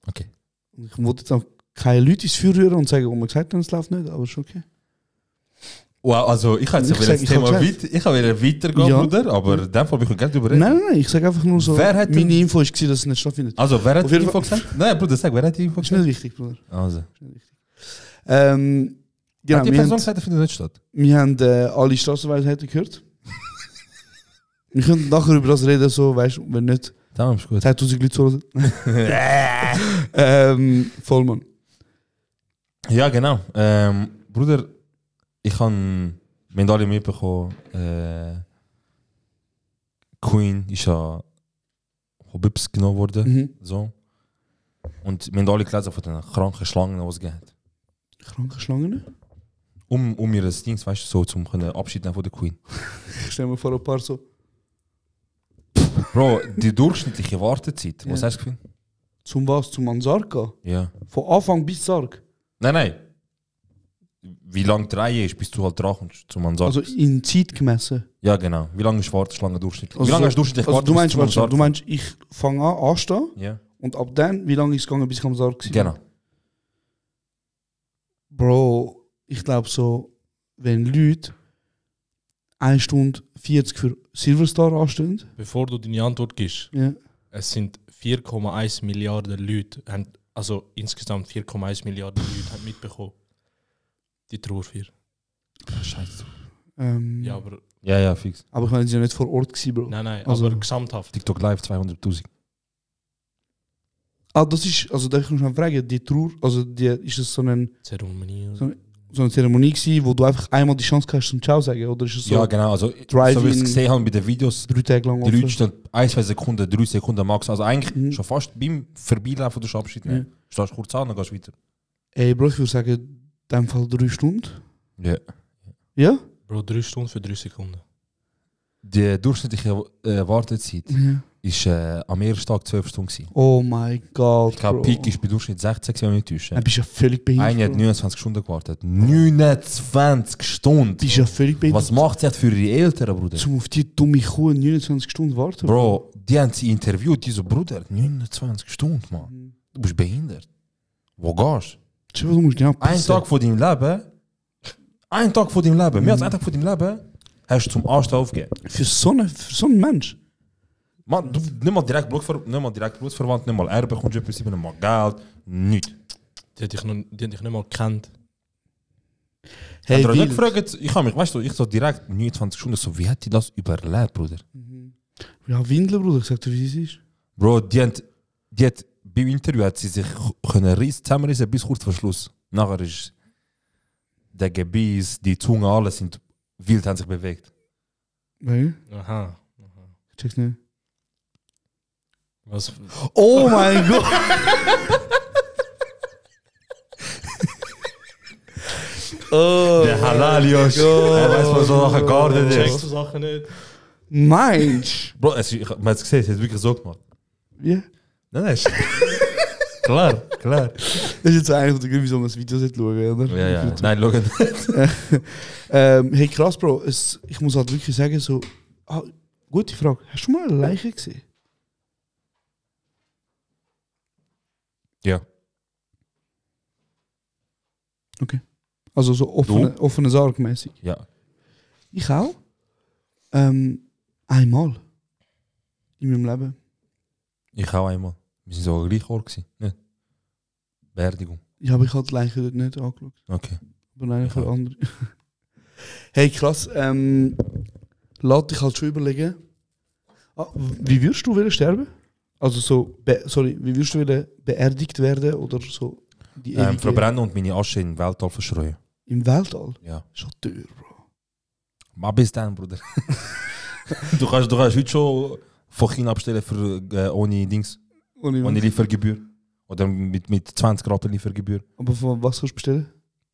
Speaker 1: Okay.
Speaker 2: Und ich wollte jetzt auch keine Leute ins Feuer rühren und sagen, oh, man gesagt hat, es läuft nicht, aber ist okay.
Speaker 1: Wow, also ich hätte
Speaker 2: Ich
Speaker 1: ich
Speaker 2: sag,
Speaker 1: das
Speaker 2: ich
Speaker 1: Thema
Speaker 2: hab
Speaker 1: weit, ich habe weitergehen,
Speaker 2: Ja.
Speaker 1: Bruder, aber in dem Fall bin ich gerne drüber
Speaker 2: Nein,
Speaker 1: reden.
Speaker 2: nein, nein, ich sage einfach nur so,
Speaker 1: Wer hat denn-
Speaker 2: meine Info war, dass es nicht stattfindet.
Speaker 1: Also, wer
Speaker 2: Auf
Speaker 1: hat die
Speaker 2: jeden
Speaker 1: Info
Speaker 2: Fall-
Speaker 1: gesagt? Nein, Bruder, sag, wer hat die Info
Speaker 2: Ist nicht
Speaker 1: gesagt?
Speaker 2: wichtig, Bruder.
Speaker 1: Also.
Speaker 2: Ist nicht wichtig. Ähm, genau,
Speaker 1: hat die
Speaker 2: wir
Speaker 1: Person
Speaker 2: haben-
Speaker 1: gesagt, er findet nicht statt?
Speaker 2: Wir haben äh,
Speaker 1: *laughs*
Speaker 2: alle Straßenweisheiten gehört. wir können nachher über das reden, so, weißt du, wenn nicht,
Speaker 1: Daarom is goed.
Speaker 2: 2000
Speaker 1: *laughs*
Speaker 2: Leute zullen zijn. *laughs* ähm, voll, Mann.
Speaker 1: Ja, genau. Ähm, Bruder, ich habe mit alle mitbekommen, äh, Queen ist ja Hobbibs genommen worden.
Speaker 2: Mhm.
Speaker 1: So. Und wir haben alle gelesen von den kranken Schlangen, die es gibt.
Speaker 2: Kranke ne? Schlangen?
Speaker 1: Um, um ihr Dings, weißt du, so, zum können Abschied nehmen von der Queen.
Speaker 2: Ich stelle mir vor, ein paar so.
Speaker 1: Bro, die durchschnittliche Wartezeit, was
Speaker 2: Ja.
Speaker 1: hast du gefunden?
Speaker 2: Zum was? Zum an Sarg gehen?
Speaker 1: Ja.
Speaker 2: Von Anfang bis Sarg.
Speaker 1: Nein, nein. Wie lang die Reihe ist, bis du halt dran kommst, zum Ansatz.
Speaker 2: Also in Zeit gemessen.
Speaker 1: ja, genau. Wie lange ist Warteschlange durchschnittlich?
Speaker 2: Also
Speaker 1: wie lange
Speaker 2: so-
Speaker 1: hast du durchschnittlich
Speaker 2: also du
Speaker 1: gewartet,
Speaker 2: meinst,
Speaker 1: bis
Speaker 2: warte,
Speaker 1: zum
Speaker 2: du
Speaker 1: Ansatz?
Speaker 2: meinst, ich fange an, anstehen.
Speaker 1: Ja.
Speaker 2: Und ab dann, wie lange ist es gegangen, bis ich am Sarg war?
Speaker 1: Genau.
Speaker 2: Bro, ich glaube so, wenn Leute 1 Stunde 40 für Silverstar anstehen.
Speaker 11: Bevor du deine Antwort gibst,
Speaker 2: Ja.
Speaker 11: es sind 4,1 Milliarden Leute, haben, also insgesamt 4,1 Milliarden Leute haben mitbekommen. Die Trauerfeier.
Speaker 1: Scheiße.
Speaker 2: Ähm,
Speaker 11: Ja, aber.
Speaker 1: Ja, ja, fix.
Speaker 2: Aber ich meine, sie sind ja nicht vor Ort gewesen, Bro.
Speaker 11: Nein, nein,
Speaker 2: Also-
Speaker 11: aber gesamthaft.
Speaker 1: TikTok Live 200.000.
Speaker 2: Ah, das ist, also da kann ich schon fragen, die Trauer, also die, ist das so eine
Speaker 11: Zeremonie?
Speaker 2: So, so eine Zeremonie gewesen, wo du einfach einmal die Chance hast, zum Ciao sagen, oder ist es so?
Speaker 1: ja, genau. Also, so
Speaker 2: Drive-in-
Speaker 1: wie ich es gesehen habe bei den Videos,
Speaker 2: drei Tage lang
Speaker 1: die Leute
Speaker 2: offen.
Speaker 1: stehen 1, 2 Sekunden, 3 Sekunden max. Also eigentlich schon fast beim Vorbeilaufen du Abschied nehmen. Stehst kurz an, dann gehst du weiter.
Speaker 2: Ey, Bro, ich würde sagen, in dem Fall drei Stunden.
Speaker 1: Ja.
Speaker 2: Ja?
Speaker 11: Bro, drei Stunden für drei Sekunden.
Speaker 1: Die durchschnittliche äh, Wartezeit
Speaker 2: Ja.
Speaker 1: ist äh, am ersten Tag 12 Stunden. Gewesen.
Speaker 2: Mhm. Oh mein Gott.
Speaker 1: Ich glaube,
Speaker 2: Bro.
Speaker 1: Peak ist bei Durchschnitt 16, wenn ich nicht täusche.
Speaker 2: Du bist ja völlig behindert,
Speaker 1: Eine hat
Speaker 2: Bro.
Speaker 1: 29 Stunden gewartet. 29 Stunden! Bist
Speaker 2: ja völlig behindert.
Speaker 1: Was macht sie jetzt für ihre Eltern, Bruder?
Speaker 2: Zum auf die dumme Kuh 29 Stunden warten.
Speaker 1: Bro, die haben sie interviewt, die so, Bruder, 29 Stunden, Mann. Du bist behindert. Wo gehst
Speaker 2: du? Du musst genau
Speaker 1: Ein
Speaker 2: pissen.
Speaker 1: Tag vor deinem Leben, ein Tag vor deinem Leben, mehr als ein Tag vor deinem Leben, hast du zum Arsch aufgegeben.
Speaker 2: Für so einen, für so einen Mensch?
Speaker 1: Mann, du, nicht mal direkt Blutverwandt, nicht mal direkt Blutverwandt, nicht mal Erbe, kommst du etwas über, nicht mal Geld, nichts.
Speaker 11: Die hätte ich, noch, die hätte ich nicht mal gekannt.
Speaker 1: Hey, hat er nicht gefragt, ich habe mich, weißt du, ich so direkt 29 Stunden, so, dus wie hat die das überlebt, Bruder?
Speaker 2: Ja, Windeln, Bruder, ich sag dir, wie es ist.
Speaker 1: Bro, die hat, die hat beim Interview hat sie sich können riss, zusammenrissen bis kurz vor Schluss. Nachher ist der Gebiss, die Zunge, alles sind wild, haben sich bewegt.
Speaker 2: Nein,
Speaker 11: Aha.
Speaker 2: ich check's nicht.
Speaker 11: Was?
Speaker 2: Oh mein Gott! oh,
Speaker 1: Der Halal, Josh. Er weiß, was so nachher geordnet
Speaker 11: Checkst
Speaker 1: ist.
Speaker 11: du Sachen nicht?
Speaker 1: *laughs*
Speaker 2: Mensch!
Speaker 1: Bro, es, ich, man hat es gesehen, sie hat wirklich so gemacht.
Speaker 2: Ja.
Speaker 1: Nein, *laughs* nein. ist- klar, klar.
Speaker 2: Das ist jetzt einer von den Gründen, wieso man das Video nicht schauen oder?
Speaker 1: Ja, ja. Nein, schau nicht.
Speaker 2: ähm, hey, krass, Bro. Es, ich muss halt wirklich sagen, so. Ah, gute Frage. Hast du mal eine Leiche gesehen?
Speaker 1: *laughs* Ja.
Speaker 2: Okay. Also so offene, offene Sarg mäßig.
Speaker 1: Ja.
Speaker 2: Ich auch. Ähm, einmal. In meinem Leben.
Speaker 1: Ich auch einmal. Wir sind sogar gleich Ort gewesen. Ne? Beerdigung.
Speaker 2: Ja, aber ich habe die Leiche dort nicht angeschaut.
Speaker 1: Okay.
Speaker 2: Aber nein, ich habe andere. *laughs* hey, krass. Ähm, lass dich halt schon überlegen. Ah, w- wie würdest du wollen sterben? Also so, be sorry, wie würdest du wollen beerdigt werden oder so? Die
Speaker 1: Ähm,
Speaker 2: ewige-
Speaker 1: verbrennen und meine Asche in den Weltall verschreuen.
Speaker 2: Im Weltall?
Speaker 1: Ja.
Speaker 2: Schon teuer, Bro.
Speaker 1: Maar bis dann, *laughs* Bruder. du kannst, du kannst heute schon von China abstellen für, äh, ohne Dings.
Speaker 2: Ohne
Speaker 1: Ohne,
Speaker 2: was?
Speaker 1: Liefergebühr. Oder mit, mit 20 Rappen Liefergebühr.
Speaker 2: Aber von was kannst du bestellen?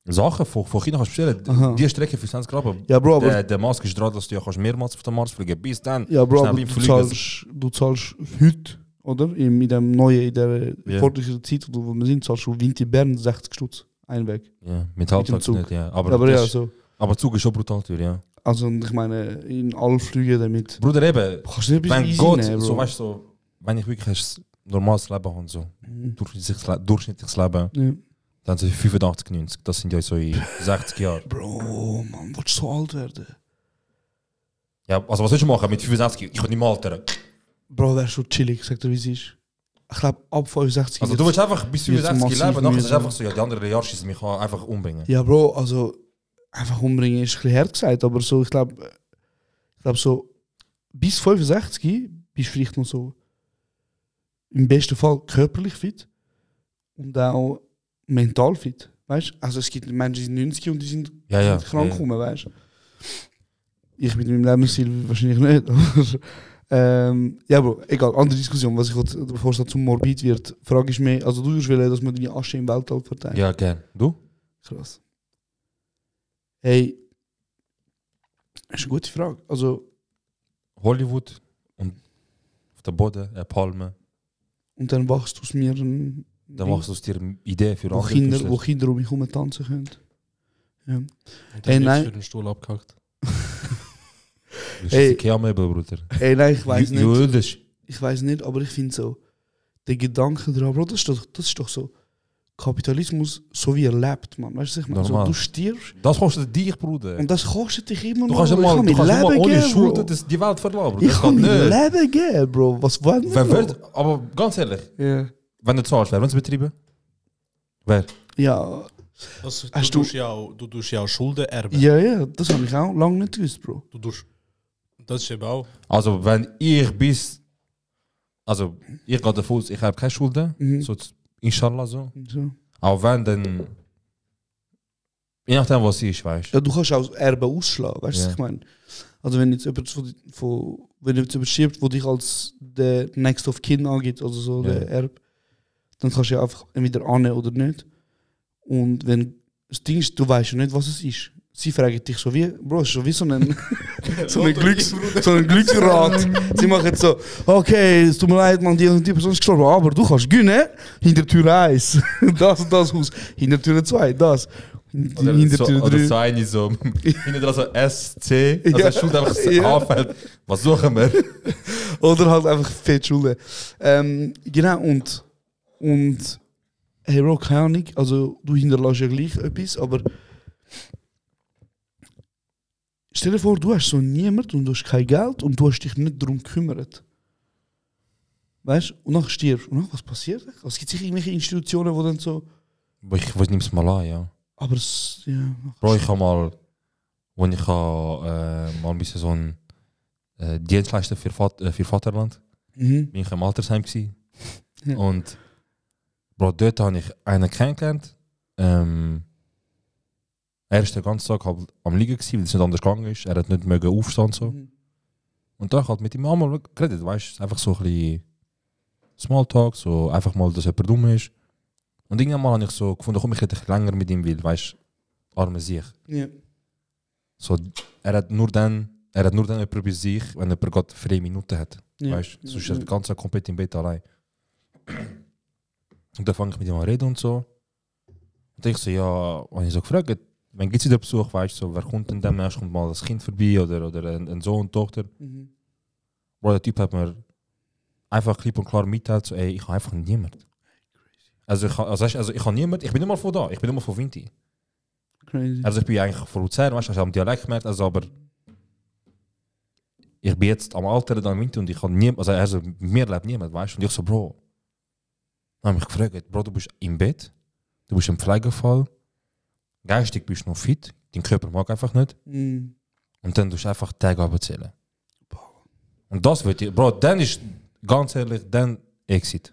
Speaker 1: Sachen von, von China kannst du bestellen.
Speaker 2: Aha.
Speaker 1: Die Strecke für 20 Rappen.
Speaker 2: Ja, Bro, aber-
Speaker 1: Der, der Mask ist dran, dass du ja kannst mehrmals auf den Mars fliegen Bis dann.
Speaker 2: Ja, Bro,
Speaker 1: schnell
Speaker 2: aber
Speaker 1: beim
Speaker 2: du
Speaker 1: Fliegen.
Speaker 2: zahlst, du zahlst heute, oder? In, in dem neuen, in der
Speaker 1: Ja.
Speaker 2: fortlichen Zeit, wo wir sind, zahlst du Winter Bern 60 Stutz. Einweg.
Speaker 1: Ja, mit
Speaker 2: dem
Speaker 1: Halbtags
Speaker 2: Zug.
Speaker 1: nicht, ja. dus-
Speaker 2: Aber,
Speaker 1: Aber,
Speaker 2: ja,
Speaker 1: das ist-
Speaker 2: so.
Speaker 1: aber Zug ist schon brutal teuer, ja.
Speaker 2: Also, ich meine, in allen Flügen damit.
Speaker 1: Bruder, eben.
Speaker 2: Kannst du nicht ein bisschen
Speaker 1: wenn
Speaker 2: easy
Speaker 1: Gott,
Speaker 2: nehmen, Bro?
Speaker 1: so weißt du, so, wenn ich wirklich ein normales Leben habe, und so, durchschnittliches, Le- durchschnittliches Leben,
Speaker 2: Ja.
Speaker 1: dann sind 85, 90. Das sind ja so in 60 Jahre.
Speaker 2: Bro, Mann, willst du so alt werden?
Speaker 1: Ja, also was soll ich machen mit 65? Ich kann nicht mehr altern.
Speaker 2: Bro, wär schon chillig, sag dir, wie es ist. Ich glaube, ab 65
Speaker 1: Also du willst einfach bis
Speaker 2: wird's
Speaker 1: 65
Speaker 2: massiv
Speaker 1: leben, nachher ist es
Speaker 2: mühsam.
Speaker 1: einfach so, ja, die anderen Jahre schießen mich an, einfach umbringen.
Speaker 2: Ja, Bro, also einfach umbringen ist ein bisschen hart gesagt, aber so, ich glaube, ich glaub so bis 65 bist du vielleicht noch so im besten Fall körperlich fit und auch mental fit. Weißt du? Also es gibt Menschen, die sind 90 und die sind
Speaker 1: Ja, ja,
Speaker 2: krank
Speaker 1: ja, ja.
Speaker 2: rum, weißt du? Ich mit meinem Lebensstil wahrscheinlich nicht. *laughs* Aber, ähm, ja, Bro, egal, andere Diskussion. Was ich wollte, bevor es zum Morbid wird, frage ich mich, also du würdest wollen, dass man die Asche im Weltall verteilt.
Speaker 1: Ja, gern. Du?
Speaker 2: Krass. Hey, das ist eine gute Frage. Also,
Speaker 1: Hollywood und auf dem Boden, eine Palme.
Speaker 2: und dann wachst du aus mir ein.
Speaker 1: Dann machst du aus dir eine Idee für
Speaker 2: wo
Speaker 1: andere
Speaker 2: Kinder,
Speaker 1: Künstler.
Speaker 2: Wo Kinder um mich herum
Speaker 1: *laughs*
Speaker 2: tanzen können. Ja.
Speaker 11: Und
Speaker 2: Hey,
Speaker 11: dann wird's
Speaker 2: nein.
Speaker 11: für den Stuhl abgehackt.
Speaker 1: Das ist
Speaker 2: Ey.
Speaker 1: ein Ikea-Möbel, Bruder.
Speaker 2: Ey, nein, ich weiß
Speaker 1: Ju- dus, Jüdisch.
Speaker 2: nicht. Ich weiß nicht, aber ich finde so, der Gedanke dran, Bro, das ist doch, das ist doch so. Kapitalismus, so wie er lebt, man. Weißt du, was ich meine, so,
Speaker 1: Normaal.
Speaker 2: du stirbst
Speaker 1: Das kostet dich, Bruder.
Speaker 2: und das kostet dich immer
Speaker 1: Du
Speaker 2: noch.
Speaker 1: kannst ja
Speaker 2: Ich
Speaker 1: mal,
Speaker 2: kann
Speaker 1: du
Speaker 2: mein
Speaker 1: kannst ja mal
Speaker 2: Leben
Speaker 1: ohne
Speaker 2: geben, Bro.
Speaker 1: Schulden das, die Welt verlassen, Bruder.
Speaker 2: Ich
Speaker 1: Das
Speaker 2: kann
Speaker 1: geht
Speaker 2: mein
Speaker 1: nicht.
Speaker 2: Leben geben, Bro. Was wollen wir?
Speaker 1: Wer
Speaker 2: noch?
Speaker 1: wird, aber ganz ehrlich,
Speaker 2: Ja.
Speaker 1: wenn du zahlst, wer wird es betreiben? Wer?
Speaker 2: Ja.
Speaker 11: Also, du,
Speaker 2: Hast
Speaker 11: tust ja auch, du tust ja auch Schulden erben.
Speaker 2: Ja, ja, das habe ich auch lange nicht gewusst, Bro.
Speaker 11: Du tust, das ist eben auch.
Speaker 1: Also, wenn ich bis. Also, ich gehe davon aus, ich habe keine Schulden.
Speaker 2: Mhm.
Speaker 1: So, z- inshallah so.
Speaker 2: So.
Speaker 1: Aber wenn, dann. Je nachdem, was sie ist, weißt
Speaker 2: Ja, du kannst auch Erben ausschlagen, weißt du,
Speaker 1: Ja.
Speaker 2: was ich meine? Also wenn jetzt jemand von, von wenn jetzt jemand stirbt, wo dich als der Next of Kin angibt, also so
Speaker 1: Ja.
Speaker 2: der Erb, dann kannst du ja einfach entweder annehmen oder nicht. Und wenn das Ding ist, du weißt ja nicht, was es ist. Sie fragen dich so wie, Bro, es ist schon wie so
Speaker 1: *laughs*
Speaker 2: ein, so ein, Glücks, so ein Glücksrat. Sie machen jetzt so, okay, es tut mir leid, man, die und die Person ist gestorben, aber du kannst gewinnen, hinter Tür 1, *laughs* das und das Haus, hinter Tür 2, das,
Speaker 1: Oder,
Speaker 2: hinter
Speaker 1: so,
Speaker 2: Tür
Speaker 1: oder
Speaker 2: 3.
Speaker 1: so eine,
Speaker 2: *laughs*
Speaker 1: so. hinten dran so SC. Also,
Speaker 2: Ja.
Speaker 1: Schuld einfach so
Speaker 2: Ja.
Speaker 1: anfällt. Was suchen wir?
Speaker 2: Oder halt einfach fett Schulden. Ähm, genau, und, und hey Bro, keine Ahnung, also du hinterlässt ja gleich etwas, aber stell dir vor, du hast so niemand und du hast kein Geld und du hast dich nicht darum gekümmert. Weißt du? Und dann stirbst du. Und dann, was passiert? Also, es gibt sicher irgendwelche Institutionen, die dann so.
Speaker 1: Aber Ich weiß, nimm es mal an, ja.
Speaker 2: Aber es. Ja.
Speaker 1: Bro, ich habe mal, wenn ich habe, äh, mal ein bisschen so ein äh, Dienstleister für, Vat, äh, für Vaterland,
Speaker 2: Mhm.
Speaker 1: bin ich im Altersheim gewesen.
Speaker 2: Ja.
Speaker 1: Und Bro, dort habe ich einen kennengelernt. Ähm, er ist den ganzen Tag halt am Liegen gewesen, weil es nicht anders gegangen ist. Er hat nicht mögen aufstehen und so.
Speaker 2: Mhm.
Speaker 1: Und da hab ich halt mit ihm einmal geredet, weißt du, einfach so ein bisschen Smalltalk, so einfach mal, dass jemand dumm ist. Und irgendwann mal habe ich so gefunden, komm, ich hätte länger mit ihm will, weißt du, arme sich.
Speaker 2: Ja.
Speaker 1: So, er hat nur dann, er hat nur dann jemand bei sich, wenn jemand gerade vier Minuten hat.
Speaker 2: Ja.
Speaker 1: Weißt du, sonst ist
Speaker 2: Ja.
Speaker 1: er den ganzen Tag komplett im Bett allein. Und dann fange ich mit ihm an reden und so. Und ich so, ja, wenn ich so gefragt, wenn gibt es wieder Besuch, weißt du, so, wer kommt denn demnächst, kommt mal das Kind vorbei oder, oder ein, ein Sohn, Tochter.
Speaker 2: Mhm.
Speaker 1: Bro, der Typ hat mir einfach klipp und klar mitteilt, so, ey, ich habe einfach niemand. Also ich, ha- also, weisst du, also ich habe niemand, ich bin immer von da, ich bin immer von Vinti.
Speaker 2: Crazy.
Speaker 1: Also ich bin eigentlich von Luzern, weißt du, also am Dialekt gemerkt, also aber ich bin jetzt am Alter dann Vinti und ich habe niemand, also, also mir lebt niemand, weißt du, und ich so, Bro, dann habe ich gefragt, Bro, du bist im Bett, du bist im Pflegefall, geistig bist du noch fit, dein Körper mag einfach nicht.
Speaker 2: Mhm.
Speaker 1: Und dann tust du einfach Tage abzählen. Und das wird dir, Bro, dann ist, ganz ehrlich, dann Exit.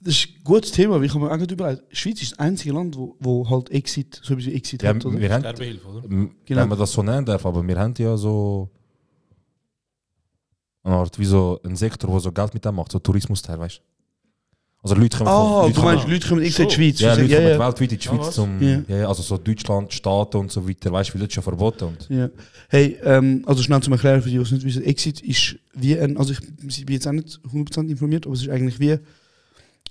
Speaker 2: Das ist ein gutes Dus Thema, weil ich habe mir auch nicht überlegt. Die Schweiz ist das einzige Land, wo, wo halt Exit, so etwas wie Exit
Speaker 1: Ja,
Speaker 2: hat, oder?
Speaker 1: wir haben,
Speaker 11: Sterbehilfe, oder?
Speaker 1: M-
Speaker 2: Genau.
Speaker 1: Wenn man das so nennen darf, aber wir haben ja so eine Art, wie so ein Sektor, der so Geld mit dem macht, so Tourismusteil, weißt du? Also Leute kommen
Speaker 2: Ah, du meinst,
Speaker 1: kommen-
Speaker 2: Leute kommen extra in die
Speaker 1: Schon.
Speaker 2: Schweiz.
Speaker 1: Ja,
Speaker 2: Sie-
Speaker 1: Leute
Speaker 2: ja,
Speaker 1: kommen
Speaker 2: ja.
Speaker 1: weltweit in die
Speaker 2: Ah,
Speaker 1: Schweiz,
Speaker 2: was?
Speaker 1: zum,
Speaker 2: Ja.
Speaker 1: ja. Ja, also so Deutschland, Staaten und so weiter, weißt du, weil das ist ja verboten. Und
Speaker 2: Ja. Hey, ähm, also schnell zum Erklären für die, die es nicht wissen. Exit ist wie ein, also ich ich bin jetzt auch nicht 100% informiert, aber es ist eigentlich wie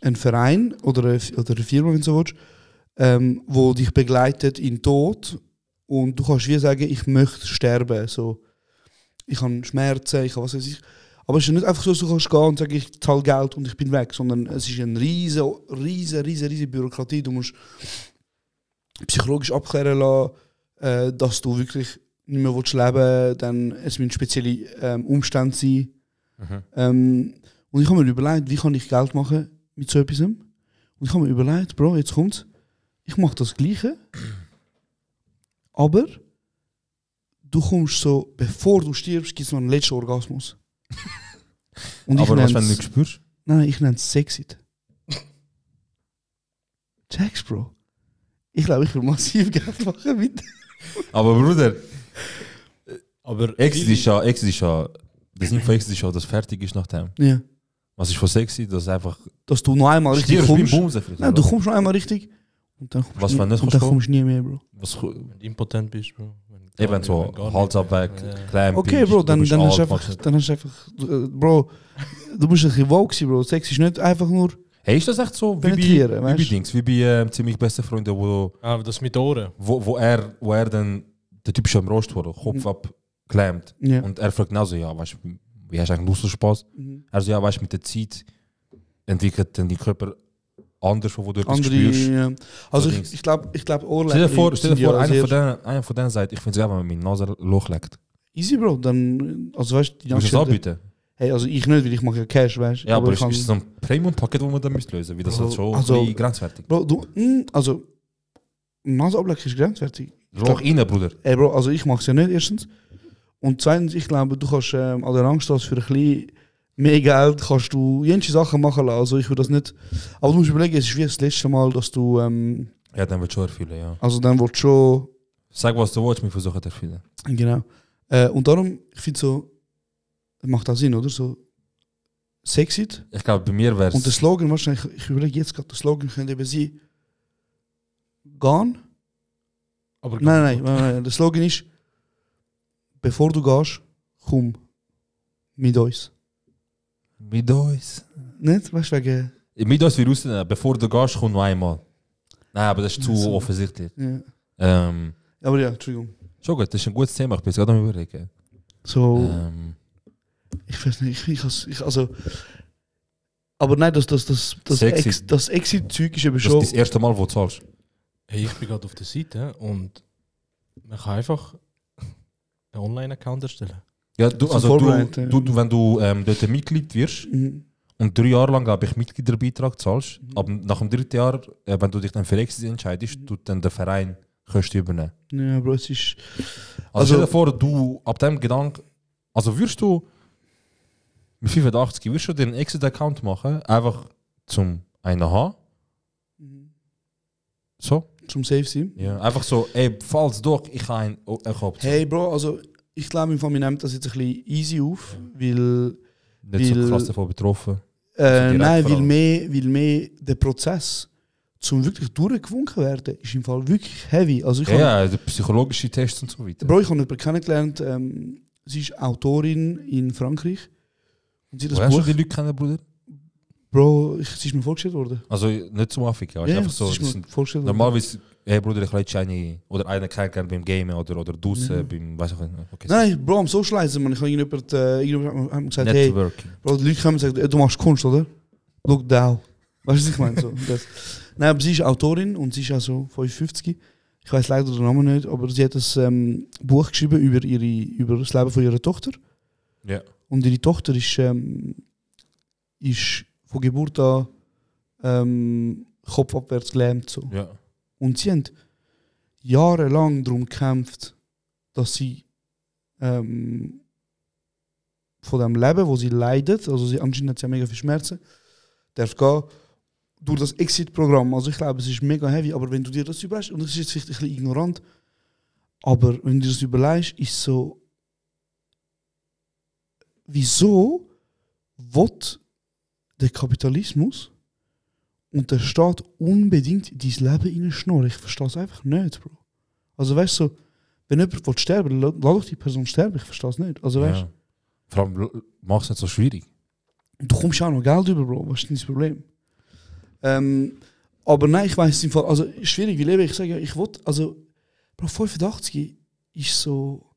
Speaker 2: ein Verein oder eine, F- oder eine Firma, wenn du so willst, ähm, wo dich begleitet in Tod und du kannst wie sagen, ich möchte sterben, so. Ich habe Schmerzen, ich habe was weiß ich. Aber es ist ja nicht einfach so, dass du kannst gehen und sagen, ich zahle Geld und ich bin weg, sondern es ist eine riesen, riesen, riesen, riesen Bürokratie. Du musst psychologisch abklären lassen, äh, dass du wirklich nicht mehr willst leben willst, dann es müssen spezielle ähm, Umstände sein.
Speaker 1: Mhm.
Speaker 2: Ähm, und ich habe mir überlegt, wie kann ich Geld machen mit so etwas. Und ich habe mir überlegt, Bro, jetzt kommt's, ich mache das Gleiche, aber du kommst so,
Speaker 1: *laughs*
Speaker 2: bevor du stirbst, gibt es noch einen letzten Orgasmus.
Speaker 1: aber was,
Speaker 2: nenn's-
Speaker 1: wenn du nichts spürst?
Speaker 2: Nein, ich nenne es Sexit. Checks, Bro. Ich glaube, ich will massiv Geld machen mit.
Speaker 1: Aber Bruder,
Speaker 11: aber
Speaker 1: Exit ist ja, Exit ist ja, das Ding von Exit ist ja, dass fertig ist nach dem.
Speaker 2: Ja.
Speaker 1: Was ist von sexy, dass einfach.
Speaker 2: Dass du noch einmal richtig
Speaker 1: Stier, ich bin
Speaker 2: kommst.
Speaker 1: Bumser, Friedrich.
Speaker 2: Nein, du kommst noch einmal richtig. Und dann kommst
Speaker 1: Was,
Speaker 2: du
Speaker 1: wenn
Speaker 2: nie,
Speaker 1: nicht
Speaker 2: und dann
Speaker 1: kommst du?
Speaker 2: kommst du nie mehr, Bro.
Speaker 1: Was,
Speaker 11: Wenn du impotent bist, Bro. Wenn gar
Speaker 1: eben
Speaker 11: nicht-
Speaker 1: so,
Speaker 11: wenn gar
Speaker 2: halt.
Speaker 1: Hals
Speaker 11: nicht-
Speaker 1: ab weg,
Speaker 11: Ja.
Speaker 1: klein
Speaker 2: Okay,
Speaker 1: bist,
Speaker 2: Bro,
Speaker 1: du
Speaker 2: dann,
Speaker 1: bist
Speaker 2: dann, hast du
Speaker 1: alt,
Speaker 2: einfach,
Speaker 1: machst-
Speaker 2: dann hast du einfach. äh, Bro, du bist ein bisschen woke, gewesen, Bro. Sex ist nicht einfach nur.
Speaker 1: Hey, ist das echt so wie bei, wie
Speaker 2: Penetrieren,
Speaker 1: bei
Speaker 2: weißt du?
Speaker 1: Dings, wie bei ähm, ziemlich besten Freunden, wo,
Speaker 11: Ah, das mit Ohren.
Speaker 1: wo, wo, er, wo er dann, der Typ ist am Rost wurde, Kopf abgeklemmt.
Speaker 2: Mhm. Ja.
Speaker 1: Und er fragt genauso, nou ja, weißt du, wie hast du eigentlich Lust auf Spaß?
Speaker 2: Mhm.
Speaker 1: Er so, ja, weißt du, mit der Zeit entwickelt dann dein Körper anders, wo du etwas
Speaker 2: Andere, eh,
Speaker 1: spürst.
Speaker 2: ja.
Speaker 1: So
Speaker 2: Also ich,
Speaker 1: Dings.
Speaker 2: ich glaube, ich glaub, Ohrläppchen.
Speaker 1: Stell dir vor, stell
Speaker 2: sind
Speaker 1: dir vor
Speaker 2: ja
Speaker 1: einer,
Speaker 2: sehr-
Speaker 1: von denen, einer von denen sagt, ich finde es geil, wenn man meine Nase Loch legt.
Speaker 2: Easy, Bro. eh, Dann, also weißt
Speaker 1: Willst du
Speaker 2: die
Speaker 1: das
Speaker 2: Angestellten-
Speaker 1: anbieten?
Speaker 2: Hey, also ich nicht, weil ich mache ja Cash, weißt
Speaker 1: Ja, aber,
Speaker 2: ich
Speaker 1: ist,
Speaker 2: kann-
Speaker 1: ist so ein Premium-Paket, wo man dann müsst lösen, wie das
Speaker 2: Also-
Speaker 1: halt schon
Speaker 2: also-
Speaker 1: also, grenzwertig.
Speaker 2: Bro, du, mm, also, Nasenableck ist grenzwertig.
Speaker 1: Loch rein, Bruder.
Speaker 2: Ey, Bro, also ich mach's ja nicht, erstens. Und zweitens, ich glaube, du kannst ähm, an der Angst hast für ein bisschen mehr Geld, kannst du jenseits Sachen machen lassen. Also ich würde das nicht. Aber du musst überlegen, es ist wie das letzte Mal, dass du, ähm,
Speaker 1: Ja, dann wird schon erfüllen, ja.
Speaker 2: also dann willst du schon.
Speaker 1: Sag, was du willst, wir versuchen zu erfüllen.
Speaker 2: Genau. Äh, und darum, ich finde so, macht das Sinn, oder? So, Sexit.
Speaker 1: Ich glaube, bei mir wäre
Speaker 2: Und der
Speaker 1: es
Speaker 2: Slogan, wahrscheinlich, ich überlege jetzt gerade, der Slogan könnte eben sein: Gone.
Speaker 11: Aber
Speaker 2: Nein, nein, nein, nein, nein. Der Slogan ist: Bevor du gehst, komm mit uns.
Speaker 1: mit uns.
Speaker 2: Nicht? Weißt du, wegen.
Speaker 1: Mit uns wie rausnehmen, bevor du gehst, kommt noch einmal. Nein, aber das ist zu
Speaker 2: Also.
Speaker 1: offensichtlich.
Speaker 2: Ja.
Speaker 1: Ähm,
Speaker 2: Aber ja, Entschuldigung.
Speaker 1: schon gut, das ist ein gutes Thema, ich bin jetzt gerade am überlegen.
Speaker 2: So,
Speaker 1: Ähm,
Speaker 2: ich weiß nicht, ich, ich, has- ich also. Aber nein, das, das, das, das,
Speaker 1: Sexy.
Speaker 2: Ex, das Exit-Zeug ist eben
Speaker 1: das
Speaker 2: schon.
Speaker 1: ist das erste Mal, wo du zahlst.
Speaker 11: Hey, ich bin gerade auf der Seite und man kann einfach einen Online-Account erstellen.
Speaker 1: Ja, du,
Speaker 2: Zum
Speaker 1: also du,
Speaker 2: Vorbereiten.
Speaker 1: du, du, wenn du ähm, dort Mitglied wirst
Speaker 2: Mhm.
Speaker 1: und drei Jahre lang, glaube ich, Mitgliederbeitrag zahlst, aber nach dem dritten Jahr, äh, wenn du dich dann für Exit entscheidest, tut dann der Verein Kosten übernehmen.
Speaker 2: Ja, Bro, es ist.
Speaker 1: Also,
Speaker 2: Also-
Speaker 1: stell dir vor, du ab dem Gedanken, also würdest du mit 85 würdest du dir einen Exit-Account machen, einfach zum einen haben,
Speaker 2: Mhm.
Speaker 1: so?
Speaker 2: Zum Safe sein.
Speaker 1: Ja. Einfach so, ey, falls doch, ich habe einen oh, ich hab
Speaker 2: Hey, Bro, also, ich glaube, im Fall, wir nehmen das jetzt ein bisschen easy auf, weil.
Speaker 1: nicht so
Speaker 2: weil-
Speaker 1: krass davon betroffen.
Speaker 2: Äh,
Speaker 1: Also direkt
Speaker 2: nein,
Speaker 1: vor
Speaker 2: weil
Speaker 1: allem.
Speaker 2: mehr, weil mehr der Prozess zum wirklich durchgewunken werden, ist im Fall wirklich heavy. Also ich
Speaker 1: Ja,
Speaker 2: hab-
Speaker 1: ja, die psychologische Tests und so weiter.
Speaker 2: Bro, ich habe jemanden kennengelernt, ähm, sie ist Autorin in Frankreich. Und sie hat
Speaker 1: Woher
Speaker 2: das
Speaker 1: hast du die Leute
Speaker 2: Buch,
Speaker 1: kennen, Bruder?
Speaker 2: Bro, ich, sie ist mir vorgestellt worden.
Speaker 1: Also nicht zum Affig, ja.
Speaker 2: Ja,
Speaker 1: einfach so,
Speaker 2: sie
Speaker 1: das
Speaker 2: ist mir
Speaker 1: sind,
Speaker 2: vorgestellt worden.
Speaker 1: normalerweise, hey Bruder, ich leite eine oder einen kennengelernt beim Gamen oder, oder draußen, beim, weiß ich nicht. Okay,
Speaker 2: Nein, Bro, am Socializen, man. Ich habe irgendjemand, äh, irgendjemand hat mir gesagt, hey,
Speaker 1: Networking.
Speaker 2: Bro, die Leute kommen und sagen, «Ey, du machst Kunst, oder? Look down. *laughs* Weißt du, was ich meine? So, das. Nein, aber sie ist Autorin und sie ist also 55. Ich weiß leider den Namen nicht, aber sie hat ein ähm, Buch geschrieben über, ihre, über das Leben von ihrer Tochter.
Speaker 1: Ja.
Speaker 2: Und ihre Tochter ist, ähm, ist von Geburt an ähm, kopfabwärts gelähmt. So.
Speaker 1: Ja.
Speaker 2: Und sie haben jahrelang darum gekämpft, dass sie ähm, von dem Leben, wo sie leidet, also sie anscheinend hat sie ja mega viel Schmerzen, darf gehen durch das Exit-Programm. Also ich glaube, es ist mega heavy, aber wenn du dir das überlegst, und das ist jetzt vielleicht ein bisschen ignorant, aber wenn du dir das überlegst, ist so, wieso wird der Kapitalismus und der Staat unbedingt dein Leben in Schnur. Ich verstehe es einfach nicht, Bro. Also weißt du, so, wenn jemand will sterben la- lass doch die Person sterben, ich verstehe es nicht. Also weißt
Speaker 1: Ja. Vor allem mach es nicht so schwierig.
Speaker 2: du, du kommst ja auch noch Geld über, Bro, was ist denn das Problem? Ähm, aber nein, ich weiß es im Fall, also schwierig, wie lebe ich, sage ja, ich will, also, Bro, 85 ist so,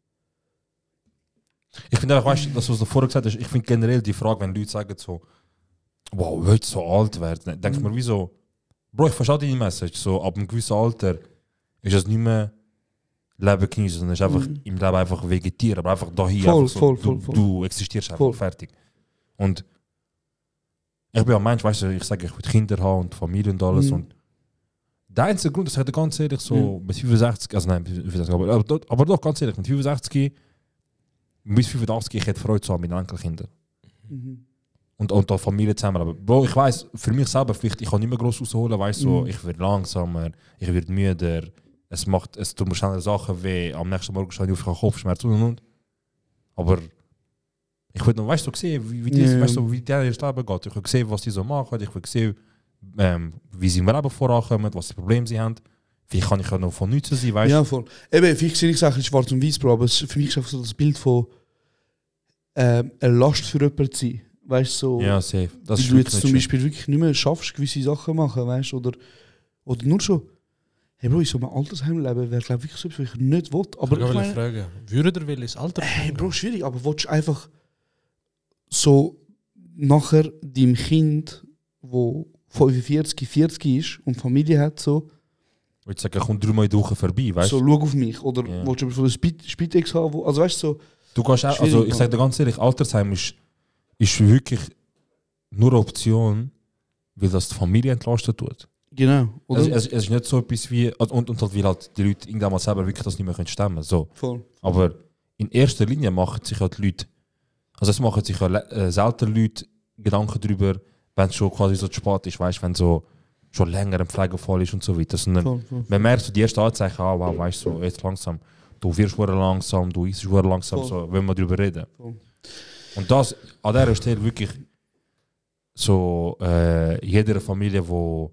Speaker 1: Ich finde einfach, weißt du, das, was du vorher gesagt hast, ich finde generell die Frage, wenn Leute sagen so, wow, willst du so alt werden? Dann denke
Speaker 2: Mhm.
Speaker 1: ich mir, wieso? Bro, ich verstehe deine Message. So, ab einem gewissen Alter ist das nicht mehr Leben genießen, sondern ist einfach im Leben einfach vegetieren, aber einfach da hier.
Speaker 2: Mhm. Voll,
Speaker 1: einfach so,
Speaker 2: voll,
Speaker 1: du,
Speaker 2: voll, voll.
Speaker 1: du existierst einfach
Speaker 2: Voll.
Speaker 1: fertig. Und ich bin ein Mensch, weißt du, ich sage, ich will Kinder haben und Familie und alles.
Speaker 2: Mhm.
Speaker 1: Und der einzige Grund, das hätte ganz ehrlich so mit 65, also nein, mit 65, aber, aber, doch- aber doch ganz ehrlich, mit 65 bis 85, ich hätte Freude zu haben mit Enkelkindern. Und auch die Familie zusammen. Aber Bro, ich weiß, für mich selber vielleicht, ich kann nicht mehr groß rausholen, weißt du, so,
Speaker 11: Mhm.
Speaker 1: ich werde langsamer, ich werde müder, es macht, es tut mir schneller Sachen weh, am nächsten Morgen stehe ich auf, ich habe Kopfschmerzen und und und. Aber ich will noch, weißt du, so sehen, wie, wie, die,
Speaker 11: Ja, ja.
Speaker 1: weißt du, wie deren Leben geht. Ich will sehen, was die so machen, ich will sehen, ähm, wie sie im Leben vorankommen, was die Probleme sie haben. Wie kann ich ja noch von nützen sein, weißt du?
Speaker 2: Ja, voll. Eben, vielleicht sehe ich Sachen in schwarz und weiß, Bro, aber es, für mich ist einfach so das Bild von ähm, eine Last für jemanden zu sein. Weißt du, so,
Speaker 1: Ja, safe. Das
Speaker 2: wie
Speaker 1: ist wirklich
Speaker 2: du jetzt
Speaker 1: nicht
Speaker 2: zum
Speaker 1: schön.
Speaker 2: Beispiel wirklich nicht mehr schaffst, gewisse Sachen machen, weißt du, oder, oder nur schon, hey Bro, in so einem Altersheimleben wäre, glaube ich, wirklich so etwas, was ich nicht will. Aber
Speaker 11: ich
Speaker 2: ich
Speaker 11: wollte
Speaker 2: meine,
Speaker 11: fragen, würde er will ins Alter
Speaker 2: Hey, Bro, schwierig, aber willst du einfach so nachher deinem Kind, wo 45, 40 ist und Familie hat, so,
Speaker 1: Ich sage, komm dreimal in die Woche vorbei, weißt
Speaker 2: so
Speaker 1: du?
Speaker 2: schau auf mich. Oder
Speaker 1: Ja.
Speaker 2: willst du von der Spit- Spitex haben? Wo, also weißt du, so.
Speaker 1: Du kannst auch, also ich sage dir ganz ehrlich, Altersheim ist, ist wirklich nur eine Option, weil das die Familie entlastet tut. Also,
Speaker 2: Genau, oder?
Speaker 1: Es, es, es ist nicht so etwas wie, also und, und halt, weil halt die Leute irgendwann mal selber wirklich das nicht mehr können stemmen so.
Speaker 2: Voll.
Speaker 1: Aber in erster Linie machen sich ja die Leute, also es machen sich ja le- äh, selten Leute Gedanken darüber, wenn es schon quasi so zu spät ist, weißt du, wenn so schon länger im Pflegefall ist und so weiter. Sondern
Speaker 11: Voll, voll.
Speaker 1: man merkt so die ersten Anzeichen, ah, wow, weißt du, so, jetzt langsam, du wirst hure langsam, du isst hure langsam,
Speaker 11: Voll.
Speaker 1: so, wenn wir darüber reden.
Speaker 11: Voll.
Speaker 1: Und das an dieser Stelle wirklich so äh, jeder Familie, wo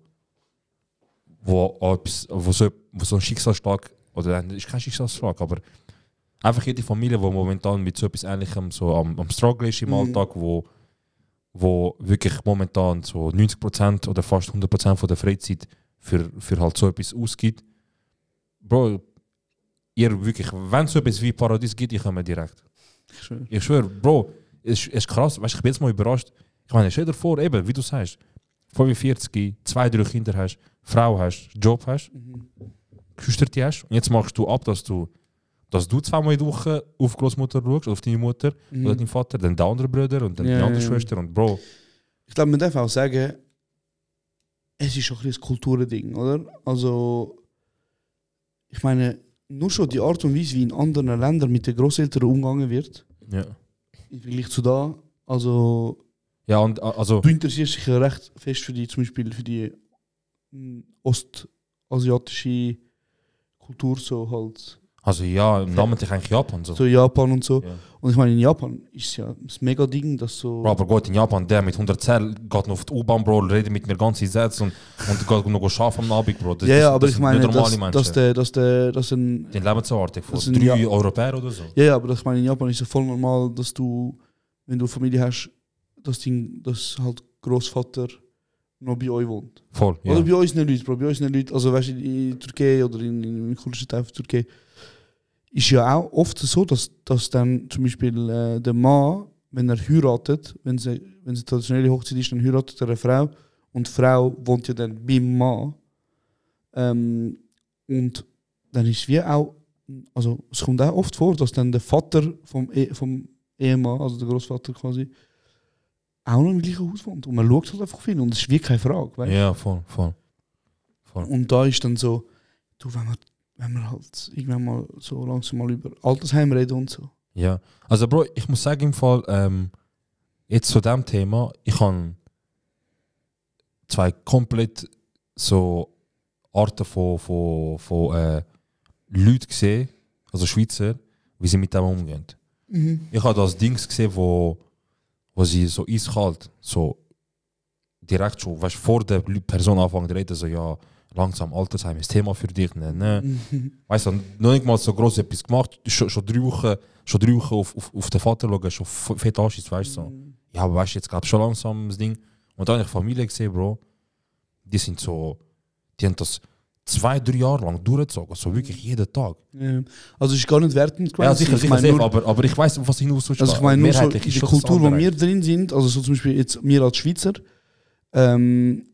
Speaker 1: wo, etwas, wo, so, wo so ein Schicksalsschlag, oder nein, das ist kein Schicksalsschlag, aber einfach jede Familie, die momentan mit so etwas Ähnlichem so am, am Struggle ist im
Speaker 11: Mhm.
Speaker 1: Alltag, wo, wo wirklich momentan so 90% oder fast 100% von der Freizeit für, für halt so etwas ausgibt. Bro, ihr wirklich, wenn es so etwas wie Paradies gibt, ich komme direkt.
Speaker 2: Ich schwöre.
Speaker 1: Ich schwöre, Bro, es ist, es ist krass. Weißt, ich bin jetzt mal überrascht. Ich meine, stell dir vor, eben, wie du sagst, 45, zwei, drei Kinder hast, Frau hast, Job hast,
Speaker 2: Mhm.
Speaker 1: Geschwister hast. Und jetzt machst du ab, dass du, dass du zweimal in der Woche auf Großmutter schaust, auf deine Mutter
Speaker 2: Mhm.
Speaker 1: oder deinen Vater, dann den anderen Bruder und dann
Speaker 2: Ja,
Speaker 1: die andere
Speaker 2: ja, ja.
Speaker 1: Schwester und Bro.
Speaker 2: ich glaube, man darf auch sagen, es ist auch ein bisschen ein Kulturding, oder? Also, ich meine, nur schon die Art und Weise, wie in anderen Ländern mit den Großeltern umgegangen wird,
Speaker 1: Ja.
Speaker 2: im Vergleich zu da, also.
Speaker 1: Ja, und a- also.
Speaker 2: Du interessierst dich ja recht fest für die, zum Beispiel für die mm, ostasiatische Kultur, so halt.
Speaker 1: Also ja, namentlich eigentlich Japan. So.
Speaker 2: So Japan und so.
Speaker 1: Ja.
Speaker 2: Und ich meine, in Japan ist es ja das mega Ding, dass so.
Speaker 1: Bro, aber gut, in Japan, der mit 110 geht noch auf die U-Bahn, Bro, redet mit mir ganze Sätze und, und geht noch scharf am Abend, Bro. Das-
Speaker 2: ja,
Speaker 1: das-
Speaker 2: ja, aber
Speaker 1: das
Speaker 2: ich
Speaker 1: sind nicht
Speaker 2: meine,
Speaker 1: normale
Speaker 2: dass,
Speaker 1: Menschen.
Speaker 2: dass, der, dass, der, dass ein.
Speaker 1: Den Lebenserwartung von
Speaker 2: dass ein
Speaker 1: drei
Speaker 2: Ja-
Speaker 1: Europäer oder so.
Speaker 2: Ja, ja, aber ich meine, in Japan ist es voll normal, dass du, wenn du Familie hast, dass, dein, dass halt Großvater noch bei euch wohnt.
Speaker 1: Voll, ja.
Speaker 2: Oder bei uns nicht Leute, Bro. Bei uns nicht Leute, also weißt du, in, in Türkei oder in, in, in kurdischen Teil von Türkei, ist ja auch oft so, dass, dass dann zum Beispiel äh, der Mann, wenn er heiratet, wenn sie, wenn sie traditionelle Hochzeit ist, dann heiratet er eine Frau und die Frau wohnt ja dann beim Mann. Ähm, und dann ist wie auch, also es kommt auch oft vor, dass dann der Vater vom, e vom Ehemann, also der Großvater quasi, auch noch im gleichen Haus wohnt. Und man schaut halt einfach auf ihn und es ist wie keine Frage. Weißt?
Speaker 1: Ja, voll, voll. voll.
Speaker 2: Und da ist dann so, du, wenn wir, wenn wir halt irgendwann mal so langsam mal über Altersheim reden und so.
Speaker 1: Ja, also Bro, ich muss sagen im Fall, ähm, jetzt zu dem Thema, ich habe zwei komplett so Arten von, von, von äh, Leuten gesehen, also Schweizer, wie sie mit dem umgehen.
Speaker 2: Mhm.
Speaker 1: Ich habe das Dings gesehen, wo, wo sie so eiskalt, so direkt schon, weißt, vor der Lü- Person anfangen zu reden, so ja, langsam Altersheim ist Thema für dich, ne, ne.
Speaker 2: Mhm.
Speaker 1: Weißt du, noch nicht mal so groß etwas gemacht, schon, schon drei Wochen, schon drei Wochen auf, auf, auf den Vater schauen, schon f- fett Anschiss, weißt du. So.
Speaker 2: Mhm.
Speaker 1: Ja, aber weißt du, jetzt gab es schon langsam das Ding. Und dann habe ich Familie gesehen, Bro, die sind so, die haben das zwei, drei Jahre lang durchgezogen, so wirklich jeden Tag.
Speaker 2: Ja. Also es ist gar nicht wertend Also,
Speaker 1: Ja, sicher,
Speaker 2: Mhm. Ich
Speaker 1: sicher,
Speaker 2: meine
Speaker 1: safe,
Speaker 2: nur-
Speaker 1: aber, aber ich weiß, was ich hinaus
Speaker 2: Also ich meine, nur so
Speaker 1: Mehrheitlich
Speaker 2: in
Speaker 1: ist
Speaker 2: der
Speaker 1: schon das
Speaker 2: Kultur, wo
Speaker 1: andere.
Speaker 2: wir drin sind, also so zum Beispiel jetzt wir als Schweizer, ähm,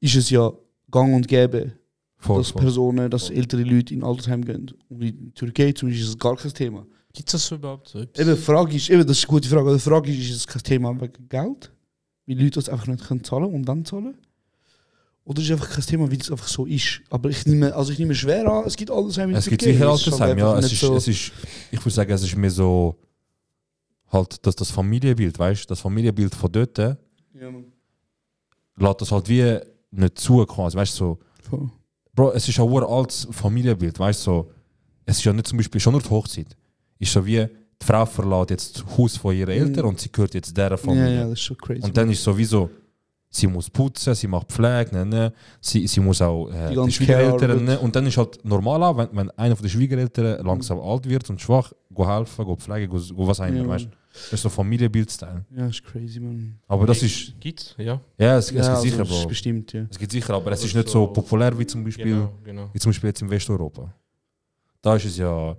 Speaker 2: ist es ja gang und gäbe,
Speaker 1: Voll,
Speaker 2: dass
Speaker 1: voll.
Speaker 2: Personen, dass ältere Leute in Altersheim gehen. Und in Türkei zum Beispiel ist das gar kein Thema.
Speaker 11: Gibt es das überhaupt? So etwas?
Speaker 2: Eben, die Frage ist, eben, das ist eine gute Frage, aber die Frage ist, ist es kein Thema wegen Geld? Weil Leute das einfach nicht können zahlen und wann zahlen? Oder ist es einfach kein Thema, weil es einfach so ist? Aber ich nehme, also ich nehme schwer an, es gibt Altersheim in
Speaker 1: Es gibt
Speaker 2: Türkei,
Speaker 1: sicher
Speaker 2: ist halt
Speaker 1: Altersheim, ja.
Speaker 2: einfach
Speaker 1: Es
Speaker 2: nicht
Speaker 1: ist,
Speaker 2: so-
Speaker 1: es ist, ich würde sagen, es ist mehr so halt, dass das Familienbild, weißt du, das Familienbild von dort, äh,
Speaker 2: Ja, Mann.
Speaker 1: lässt das halt wie nicht zu quasi, weißt du, so.
Speaker 2: Voll.
Speaker 1: Bro, es ist ein uraltes Familienbild, weißt du, so. Es ist ja nicht zum Beispiel schon nur die Hochzeit. Ist so wie, die Frau verlässt jetzt das Haus von ihren Eltern
Speaker 2: Mhm.
Speaker 1: und sie gehört jetzt dieser
Speaker 2: Ja,
Speaker 1: Familie.
Speaker 2: ja, das ist schon crazy.
Speaker 1: Und dann ist sowieso, sie muss putzen, sie macht Pflege, ne, ne. Sie, sie muss auch äh,
Speaker 2: Die
Speaker 1: die,
Speaker 2: ganze
Speaker 1: Schwiegereltern.
Speaker 2: Care-Arbeit.
Speaker 1: Ne. Und dann ist halt normal, auch, wenn, wenn einer von den Schwiegereltern langsam alt wird und schwach, go helfen, go pflegen, go, go was einmal,
Speaker 2: Ja.
Speaker 1: weißt du. Das ist so Familienbildstyle.
Speaker 2: Ja, ist crazy, man.
Speaker 1: Aber das ist.
Speaker 11: Gibt's? Ja.
Speaker 1: Ja, es, es
Speaker 2: Ja,
Speaker 1: gibt
Speaker 2: also
Speaker 1: sicher,
Speaker 2: es ist
Speaker 1: Bro.
Speaker 2: bestimmt, ja.
Speaker 1: Es gibt sicher, aber es
Speaker 11: Also
Speaker 1: ist nicht
Speaker 11: so-
Speaker 1: so populär wie zum Beispiel,
Speaker 11: Genau, genau.
Speaker 1: Wie zum Beispiel jetzt in Westeuropa. Da ist es ja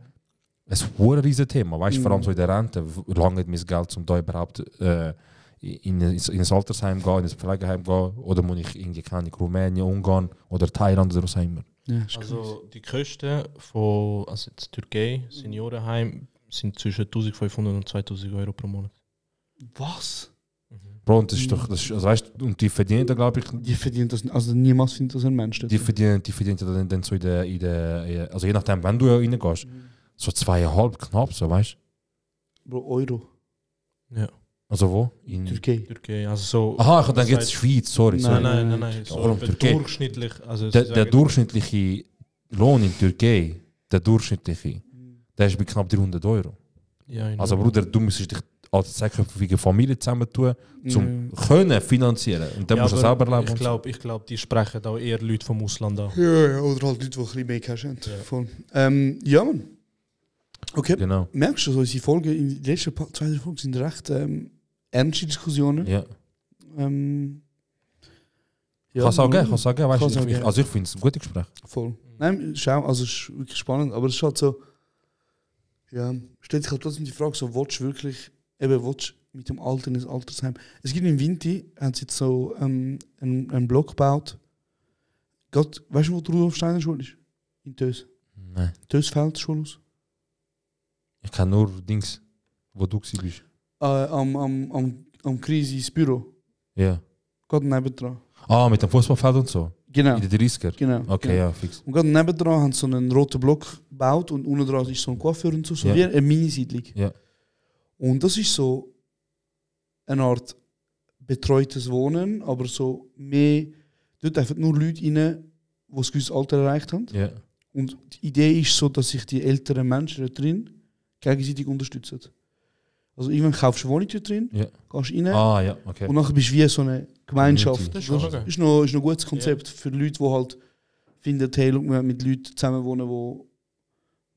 Speaker 1: ein hoher Riesenthema. Weißt du, vor allem
Speaker 2: Mhm.
Speaker 1: so in der Rente, lange mein Geld, um da überhaupt äh, in, in, in ein Altersheim gehen, in ein Pflegeheim gehen oder muss ich irgendwie keine Ahnung, Rumänien, Ungarn oder Thailand oder was auch immer.
Speaker 2: Ja, ist
Speaker 11: Also die Kosten von also jetzt Türkei, Seniorenheim, sind zwischen 1500 und 2000 Euro pro Monat.
Speaker 2: Was? Mhm.
Speaker 1: Bro, und das ist doch, das ist, also weißt du, und die verdienen da, glaube ich,
Speaker 2: Die verdient das, also niemals verdient das ein Mensch. dort.
Speaker 1: die verdienen, die verdienen dann, dann so in der, in der, in- also je nachdem, wenn du ja reingehst, so zweieinhalb knapp, so weißt du.
Speaker 2: Bro, Euro.
Speaker 1: Also wo? In
Speaker 2: Türkei.
Speaker 11: Türkei, also so.
Speaker 1: Aha, ich hab dann
Speaker 11: das
Speaker 1: jetzt
Speaker 11: heißt-
Speaker 1: Schweiz, sorry. sorry.
Speaker 11: Nein, nein, nein, nein. So
Speaker 1: Warum
Speaker 11: der
Speaker 1: Türkei?
Speaker 11: Durchschnittlich. Also
Speaker 1: Der,
Speaker 11: sie
Speaker 1: der
Speaker 11: sagen-
Speaker 1: durchschnittliche Lohn in Türkei, der durchschnittliche, der ist bei knapp 300 Euro.
Speaker 11: Ja,
Speaker 1: Also Bruder, du müsstest dich als sechsköpfige Familie zusammentun,
Speaker 2: Mhm.
Speaker 1: um können finanzieren. Und dann musst du
Speaker 11: aber
Speaker 1: selber leben.
Speaker 11: Ich
Speaker 1: und so.
Speaker 11: glaube, ich glaub, die sprechen auch eher Leute vom Ausland an.
Speaker 2: Ja, ja, oder halt Leute, die ein bisschen mehr Cash haben. Voll. Ähm, ja, man. Okay.
Speaker 1: Genau.
Speaker 2: Merkst du, so unsere Folgen, in die letzten paar, zwei, drei Folgen sind recht ähm, ernste Diskussionen.
Speaker 1: Ja.
Speaker 2: Ähm, ja,
Speaker 1: kann's auch
Speaker 2: man-
Speaker 1: geben, kann's auch geben. Weißt, du,
Speaker 2: Kann's auch
Speaker 1: ich, ich,
Speaker 2: geben.
Speaker 1: also ich finde es ein gutes Gespräch.
Speaker 2: Voll. Nein, schau, also es ist wirklich spannend, aber es ist halt so, ja, stellt sich halt trotzdem die Frage, so, willst du wirklich, eben, willst du mit dem Alter ins Altersheim? Es gibt in Winti, haben sie jetzt so ähm, einen, einen Block gebaut, Gott, weißt du, wo die Rudolf Steiner Schule ist? In Tös.
Speaker 1: Nein.
Speaker 2: Tösfeld Schule aus.
Speaker 1: Ich kann nur Dings, wo du gewesen bist.
Speaker 2: Äh, am, am, am, am Krise ins Büro,
Speaker 1: Ja.
Speaker 2: gerade nebendran.
Speaker 1: Ah, mit dem Fußballfeld und so.
Speaker 2: Genau.
Speaker 1: In den 30er.
Speaker 2: Genau,
Speaker 1: Okay,
Speaker 2: genau.
Speaker 1: ja, fix.
Speaker 2: Und gerade nebendran haben sie so einen roten Block gebaut und unten dran ist so ein Coiffeur und so, so
Speaker 1: Ja.
Speaker 2: wie eine Minisiedlung.
Speaker 1: Ja.
Speaker 2: Und das ist so eine Art betreutes Wohnen, aber so mehr, dort einfach nur Leute rein, die ein gewisses Alter erreicht haben.
Speaker 1: Ja.
Speaker 2: Und die Idee ist so, dass sich die älteren Menschen dort drin gegenseitig unterstützen. Also irgendwann kaufst du eine Wohnung dort drin,
Speaker 1: Ja.
Speaker 2: gehst rein
Speaker 1: Ah, ja, okay.
Speaker 2: und nachher bist du wie so eine Gemeinschaft.
Speaker 1: Community.
Speaker 11: Das ist schon
Speaker 2: ist noch, ist noch ein gutes Konzept für Leute, die halt finden, hey, schau, wir wollen mit Leuten zusammen wohnen, die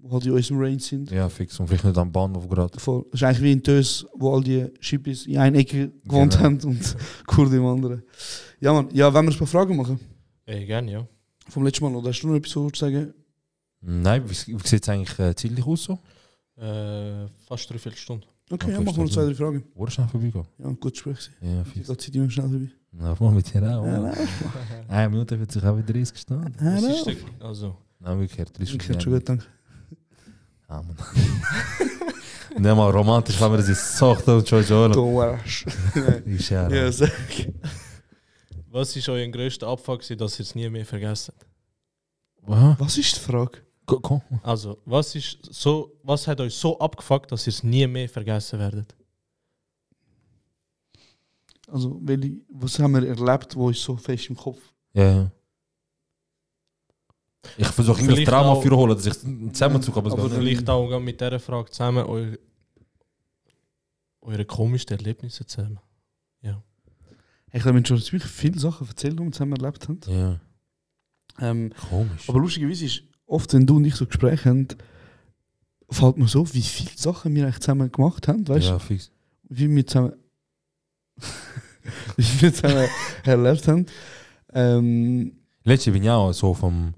Speaker 2: wo halt in unserem Range sind.
Speaker 1: Ja, fix. Und vielleicht nicht am Bahnhof gerade.
Speaker 2: Voll. Das ist eigentlich wie in Tös, wo all die Schippis in einer Ecke gewohnt
Speaker 1: Genau.
Speaker 2: haben und *laughs* Kurden im anderen. Ja, Mann. Ja, wenn wir ein paar Fragen machen
Speaker 11: Ey, gerne, ja.
Speaker 2: vom letzten Mal, oder hast du noch etwas, was du sagen
Speaker 1: Nein, wie, wie sieht es eigentlich äh, zeitlich aus so?
Speaker 11: Äh, fast dreiviertel Stunde.
Speaker 2: Okay,
Speaker 1: Okay,
Speaker 2: ja, machen wir noch zwei, drei Fragen.
Speaker 1: Wo ist schnell vorbeigehen?
Speaker 2: Ja, gut Gespräch.
Speaker 1: Ja, Nou,
Speaker 2: Die
Speaker 1: fix.
Speaker 2: Zeit immer schnell vorbei.
Speaker 1: *laughs* Na, vor mit dir auch.
Speaker 2: Ja,
Speaker 1: Mann. Eine Minute wird sich auch wieder 30 gestanden.
Speaker 11: Das
Speaker 2: Hallo.
Speaker 11: ist der- also,
Speaker 1: Nein, umgekehrt. 30
Speaker 2: Ich schon gut, danke.
Speaker 1: Ah, *laughs* Mann. Nicht mal romantisch, dus wenn wir sie Tochter und schon schon.
Speaker 2: Du Arsch.
Speaker 1: Ich scherze.
Speaker 2: Ja, sag.
Speaker 11: was ist euer grösster Abfuck, gewesen, dass ihr es nie mehr vergessen?
Speaker 1: Aha.
Speaker 2: *laughs* Was ist die Frage?
Speaker 1: Ko- ko-
Speaker 11: Also, was ist so, was hat euch so abgefuckt, dass ihr es nie mehr vergessen werdet?
Speaker 2: Also, welche, was haben wir erlebt, wo ich so fest im Kopf
Speaker 1: Ja, ja. Ich versuche irgendwie das
Speaker 11: Vielleicht
Speaker 1: Trauma
Speaker 11: auch-
Speaker 1: für holen, dass ich zusammenzug, aber es
Speaker 2: Aber
Speaker 1: geht
Speaker 11: Oder
Speaker 1: nicht.
Speaker 11: vielleicht auch gerade mit dieser Frage zusammen eu eure komischsten Erlebnisse zusammen.
Speaker 2: Hey, Ich habe mir schon ziemlich viele Sachen erzählt, die wir zusammen erlebt haben.
Speaker 1: Ja,
Speaker 2: Ähm,
Speaker 1: komisch.
Speaker 2: aber lustigerweise ist, oft, wenn du und ich so Gespräche haben, fällt mir so, auf, wie viele Sachen wir eigentlich zusammen gemacht haben, weißt du?
Speaker 1: ja, fix.
Speaker 2: Wie wir zusammen. *laughs* wie wir zusammen erlebt haben. Ähm,
Speaker 1: Letztes bin ich auch so vom.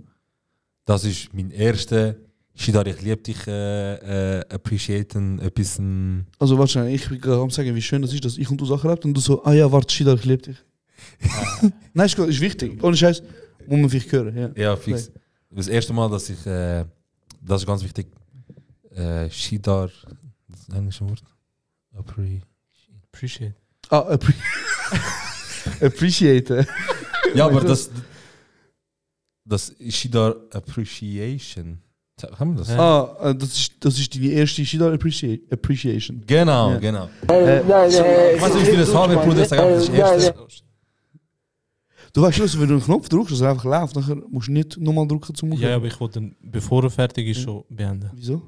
Speaker 1: Das ist mein erster Shidar, ich liebe dich, äh, äh, appreciaten, ein bisschen.
Speaker 2: also, wahrscheinlich, ich will gerade am sagen, wie schön das ist, dass ich und du Sachen erlebt und du so, ah ja, warte, Schiedar, ich liebe dich. Nein, ist, gut, ist wichtig. Ohne Scheiß, muss man vielleicht hören. Ja.
Speaker 1: Ja, fix. Das erste Mal, dass ich, äh, das ist ganz wichtig, äh, Shidar, das ist ein englisches Wort. Appre
Speaker 11: Appreciate.
Speaker 2: Ah, appre *laughs* appreciate.
Speaker 1: ja, aber das, das ist Shidar Appreciation. Haben wir das?
Speaker 2: Ah, äh, das ist, das ist deine erste Shida Appreciation. Appreciation.
Speaker 1: Genau, genau.
Speaker 2: Äh,
Speaker 1: Ich weiß nicht, wie viele Sachen wir
Speaker 2: eh,
Speaker 1: Bruder sagen, aber das ist erstes.
Speaker 2: Du weißt schon, dass wenn du einen Knopf drückst, dass er einfach läuft, nachher musst du nicht nochmal drücken zum
Speaker 11: Ja, aber ich wollte, ihn, bevor er fertig ist, schon beenden.
Speaker 2: Wieso?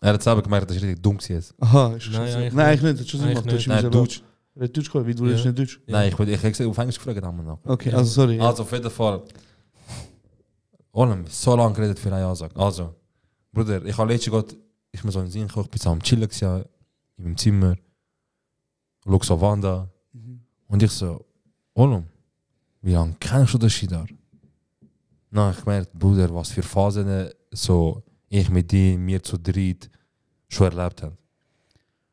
Speaker 1: Er hat selber gemerkt, das ist richtig dumm jetzt.
Speaker 2: Aha, ist schon
Speaker 11: Nein,
Speaker 2: Nein,
Speaker 11: eigentlich
Speaker 2: Nein, ich
Speaker 11: nicht.
Speaker 2: nicht. Das ist schon Sinn
Speaker 11: Eigentlich
Speaker 2: gemacht. Du hast
Speaker 11: nicht.
Speaker 2: mich
Speaker 1: Nein,
Speaker 2: selber-
Speaker 1: Deutsch.
Speaker 2: Er hat Deutsch gehabt, weil du redest
Speaker 11: Ja.
Speaker 2: nicht Deutsch.
Speaker 1: Nein, ich wollte ich hätte auf Englisch gefragt haben wir noch.
Speaker 2: Okay, also ah, sorry.
Speaker 1: Also auf jeden Fall. Olem, so lange geredet für eine Ansage. Also, Bruder, ich habe letztens gerade, ich mir so in den Sinn gekommen, ich bin so am Chillen gewesen, in meinem Zimmer, schau so Wanda. Und ich so, Olem, wie lange kennst du den Schidar? Na, ich merke, Bruder, was für Phasen äh, so ich mit dir, mir zu dritt schon erlebt haben.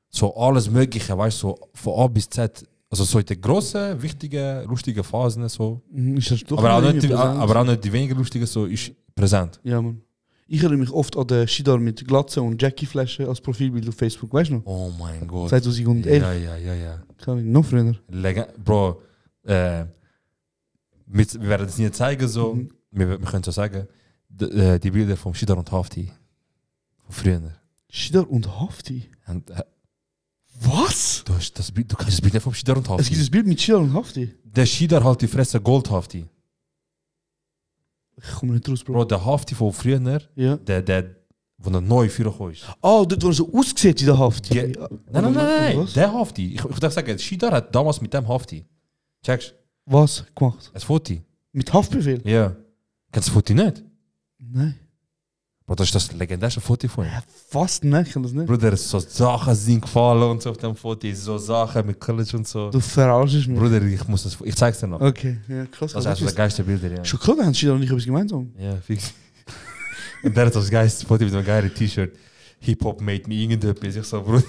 Speaker 1: So alles Mögliche, weißt du, so von A bis Z. Also so in den grossen, wichtigen, lustigen Phasen so.
Speaker 2: Mhm, ist das doch
Speaker 1: aber, auch
Speaker 2: noch
Speaker 1: nicht die, ah,
Speaker 2: irgendwie präsent?
Speaker 1: aber auch nicht die weniger lustigen, so ist präsent.
Speaker 2: Ja, Mann. Ich erinnere mich oft eh, an den Shidar mit Glatze und Jackie-Flasche als Profilbild auf Facebook, nou. weißt du noch?
Speaker 1: Oh mein Gott.
Speaker 2: 2011.
Speaker 1: Ja, ja, ja, ja.
Speaker 2: Kann ich noch früher.
Speaker 1: Legen, Bro, äh, mit, wir werden es nie zeigen, so. Wir, wir können so sagen, d- äh, die Bilder vom Schidar und Hafti. Von früher.
Speaker 2: Shidar und Hafti?
Speaker 1: Und, äh,
Speaker 2: Was?
Speaker 1: Du, hast das, Bild- du kannst das Bild nicht vom Schidar und
Speaker 2: Es gibt
Speaker 1: Hafti.
Speaker 2: ein Bild mit Shidar und Hafti.
Speaker 1: Der Schidar halt die Fresse Gold Hafti.
Speaker 2: Ich komme nicht raus, Bro.
Speaker 1: Bro, der Hafti von früher,
Speaker 2: Ja.
Speaker 1: der, der, von der neue Führer ist.
Speaker 2: Oh, dort, wo er so ausgesehen in der Hafti.
Speaker 1: Ge- Nein, nein, nein, nein. der Hafti. Ich, ich darf sagen, Shidar hat damals mit dem Hafti. Checkst
Speaker 2: Was gemacht?
Speaker 1: Ein Foto.
Speaker 2: Mit Haftbefehl?
Speaker 1: Ja. Kennst du das Foto nicht?
Speaker 2: Nein.
Speaker 1: Bro, das ist das legendärste Foto von ihm.
Speaker 2: Fast nein, ich kann das nicht.
Speaker 1: Bruder, so Sachen sind gefallen und so auf dem Foto. So Sachen mit College und so.
Speaker 2: Du verarschst mich.
Speaker 1: Bruder, ich muss das, ich zeig's dir noch.
Speaker 2: Okay, ja, krass.
Speaker 1: Das ist eines der geilsten Bilder, ja.
Speaker 2: Schon klar, wir haben Shidar und ich etwas gemeinsam.
Speaker 1: Ja, fix. *laughs* Und der hat das geilste Foto mit einem geilen T-Shirt. Hip-Hop made me irgendetwas. Ich so, Bruder.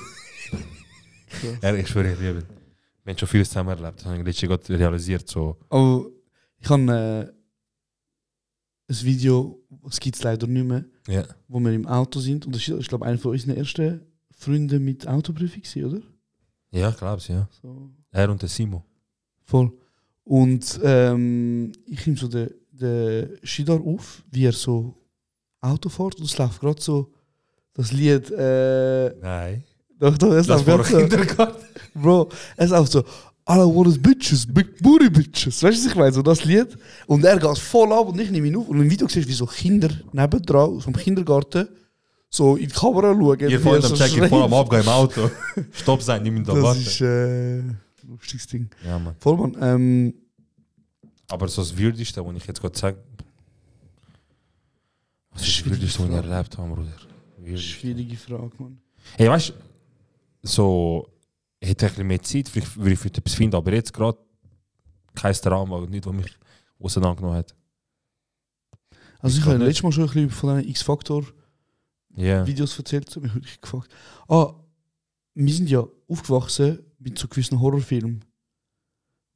Speaker 1: Ja, ich schwöre, ich liebe ihn. Wir haben schon vieles zusammen erlebt. Das habe ich letztens gerade realisiert. So.
Speaker 2: Aber ich habe äh, ein Video, das gibt es leider nicht mehr,
Speaker 1: Ja.
Speaker 2: wo wir im Auto sind. Und das ist, ich glaube, einer von unseren ersten Freunde mit Autoprüfung, gewesen, oder?
Speaker 1: Ja, ich glaub's, ja. Er und der Simo.
Speaker 2: Voll. Und ähm, ich nehme so den, den Shidar auf, wie er so Auto fährt. Und es läuft gerade so das Lied. Äh,
Speaker 1: Nein.
Speaker 2: Doch, doch, es
Speaker 1: Das
Speaker 2: läuft gerade
Speaker 1: war
Speaker 2: so.
Speaker 1: Kindergarten.
Speaker 2: Bro, es läuft so. All I want is bitches, big booty bitches. Weißt du, was ich meine? So das Lied. Und er geht voll ab und ich nehme ihn auf. Und im Video siehst du, wie so Kinder nebendran, vom Kindergarten, so in die Kamera schauen. wie
Speaker 1: Ihr
Speaker 2: er
Speaker 1: fahrt am
Speaker 2: so
Speaker 1: Check, ihr fahrt am
Speaker 2: schreit.
Speaker 1: Abgang im Auto. Stopp sein, nimm ihn da
Speaker 2: Das
Speaker 1: warten.
Speaker 2: ist äh, ein lustiges Ding.
Speaker 1: Ja, Mann.
Speaker 2: Voll, Mann. Ähm,
Speaker 1: Aber so das Würdigste, was ich jetzt gerade sage. Was ist das Würdigste, was ich erlebt habe, Bruder? Würdig.
Speaker 2: schwierige Frage, Mann.
Speaker 1: Hey, weißt du, so, ich hätte ein bisschen mehr Zeit, vielleicht würde ich für etwas finden, aber jetzt gerade kein Drama und nicht, was mich auseinandergenommen hat.
Speaker 2: Also ich
Speaker 1: kann
Speaker 2: habe
Speaker 1: nicht.
Speaker 2: letztes Mal schon ein bisschen von diesen X-Factor-Videos
Speaker 1: Ja.
Speaker 2: erzählt, so mich wirklich gefragt. Ah, wir sind ja aufgewachsen mit so gewissen Horrorfilmen,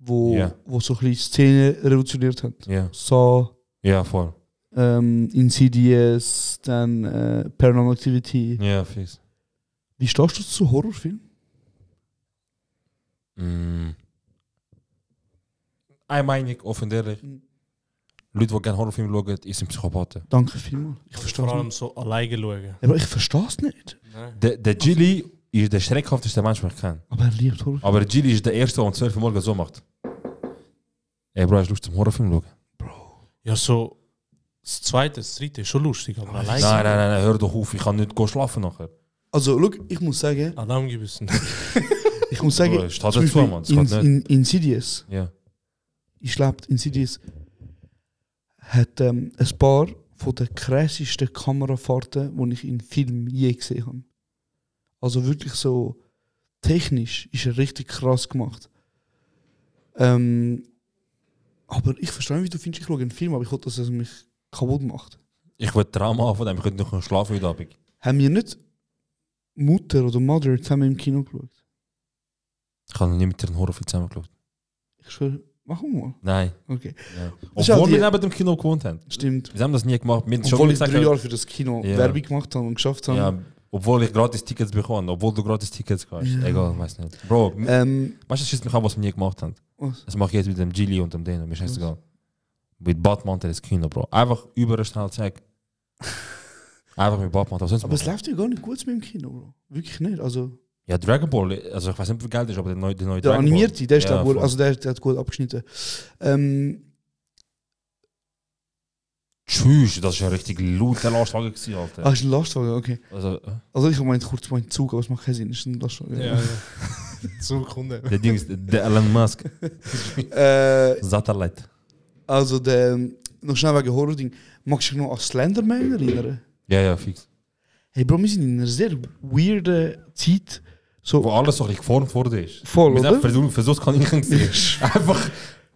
Speaker 2: wo,
Speaker 1: Ja.
Speaker 2: wo so ein bisschen Szenen revolutioniert haben.
Speaker 1: Ja.
Speaker 2: So,
Speaker 1: Ja, voll.
Speaker 2: ähm, Insidious, dann äh, Paranormal Activity.
Speaker 1: Ja, fix.
Speaker 2: Wie stehst du zu Horrorfilmen?
Speaker 1: Mm. Einmeinig, offen und ehrlich. Leute, die gerne Horrorfilme schauen, ist ein Psychopathen.
Speaker 2: Danke vielmals. Ich
Speaker 11: Also
Speaker 2: verstehe
Speaker 11: vor
Speaker 2: es
Speaker 11: allem
Speaker 2: nicht.
Speaker 11: so alleine schauen.
Speaker 2: Aber ich verstehe es nicht.
Speaker 1: Der, der Gilly ist der schreckhafteste Mensch, den ich kenne.
Speaker 2: Aber er liebt Horrorfilme.
Speaker 1: Aber Gilly ist der Erste, der um 12 Uhr morgens so macht. Ey, Bro, hast du Lust zum Horrorfilm schauen?
Speaker 11: Ja, so das zweite, das dritte Ah, ist schon lustig, aber alleine.
Speaker 1: Nein, nein, nein, nein, hör doch auf, ich kann nicht gehen schlafen nachher.
Speaker 2: Also, look, ich muss sagen,
Speaker 11: Alarm *laughs* gebissen.
Speaker 2: ich muss sagen,
Speaker 1: Bro, es steht
Speaker 2: zum
Speaker 1: dazu,
Speaker 2: Beispiel
Speaker 1: Mann, es geht
Speaker 2: in, in, Insidious.
Speaker 1: Ja.
Speaker 2: ich lebt in Cities, hat ähm, ein paar von den krassesten Kamerafahrten, die ich in Film je gesehen habe. Also wirklich so technisch ist er richtig krass gemacht. Ähm, aber ich verstehe, wie du findest, ich schaue einen Film, aber ich will, dass es mich kaputt macht.
Speaker 1: Ich will Trauma haben, ich könnte nicht schlafen heute Abend.
Speaker 2: Haben wir nicht Mutter oder Mother zusammen im Kino geschaut?
Speaker 1: Ich habe noch nie mit dir einen Horrorfilm zusammengeschaut.
Speaker 2: Ich schwöre, machen wir mal.
Speaker 1: Nein.
Speaker 2: Okay,
Speaker 1: Ja.
Speaker 2: ist auch
Speaker 1: Obwohl
Speaker 2: Dus die-
Speaker 1: wir neben dem Kino gewohnt haben.
Speaker 2: stimmt.
Speaker 1: Wir haben das nie gemacht. Wir haben schon
Speaker 2: Obwohl ich
Speaker 1: gesagt,
Speaker 2: drei Jahre für das Kino
Speaker 1: Ja.
Speaker 2: Werbung gemacht habe und geschafft habe.
Speaker 1: ja, obwohl ich gratis Tickets bekomme, obwohl du gratis Tickets hast.
Speaker 2: Ja.
Speaker 1: Egal, weiß nicht. Bro, m-
Speaker 2: Ähm,
Speaker 1: weißt du, das schießt mich an, was wir nie gemacht haben?
Speaker 2: was?
Speaker 1: Das mache ich jetzt mit dem Gilly und dem Dino, mir scheißegal. Mit Batman das Kino, Bro. Einfach überall schnell check. Einfach mit Bob macht was sonst
Speaker 2: Aber es
Speaker 1: machen.
Speaker 2: läuft ja gar nicht gut mit dem Kino, Bro. Wirklich nicht. Also,
Speaker 1: Ja, Dragon Ball, also ich weiß nicht, wie viel Geld ist, aber der neue, der neue
Speaker 2: der
Speaker 1: Dragon
Speaker 2: animierte, der ist
Speaker 1: ja,
Speaker 2: da wohl,
Speaker 1: voll.
Speaker 2: also der, der hat gut abgeschnitten. Ähm,
Speaker 1: Tschüss, das war ein richtig lauter Lastwagen, gewesen, Alter.
Speaker 2: Ah, ist ein Lastwagen, okay.
Speaker 1: Also, äh?
Speaker 2: also ich meine kurz meinen Zug, aber es macht keinen Sinn, ist ein Lastwagen.
Speaker 11: Ja, ja. Zugkunde.
Speaker 1: Der Ding ist, der Elon Musk.
Speaker 2: Äh,
Speaker 1: Satellite.
Speaker 2: Also der, noch schnell wegen Horror-Ding, magst du dich noch an Slenderman erinnern?
Speaker 1: Ja, ja, fix.
Speaker 2: Hey Bro, wir sind in einer sehr weirden Zeit. So,
Speaker 1: Wo alles so richtig vorn vor dir ist.
Speaker 2: Voll,
Speaker 1: Wir
Speaker 2: oder?
Speaker 1: sagen, Versuch, versuch's kann ich nicht sehen. Einfach,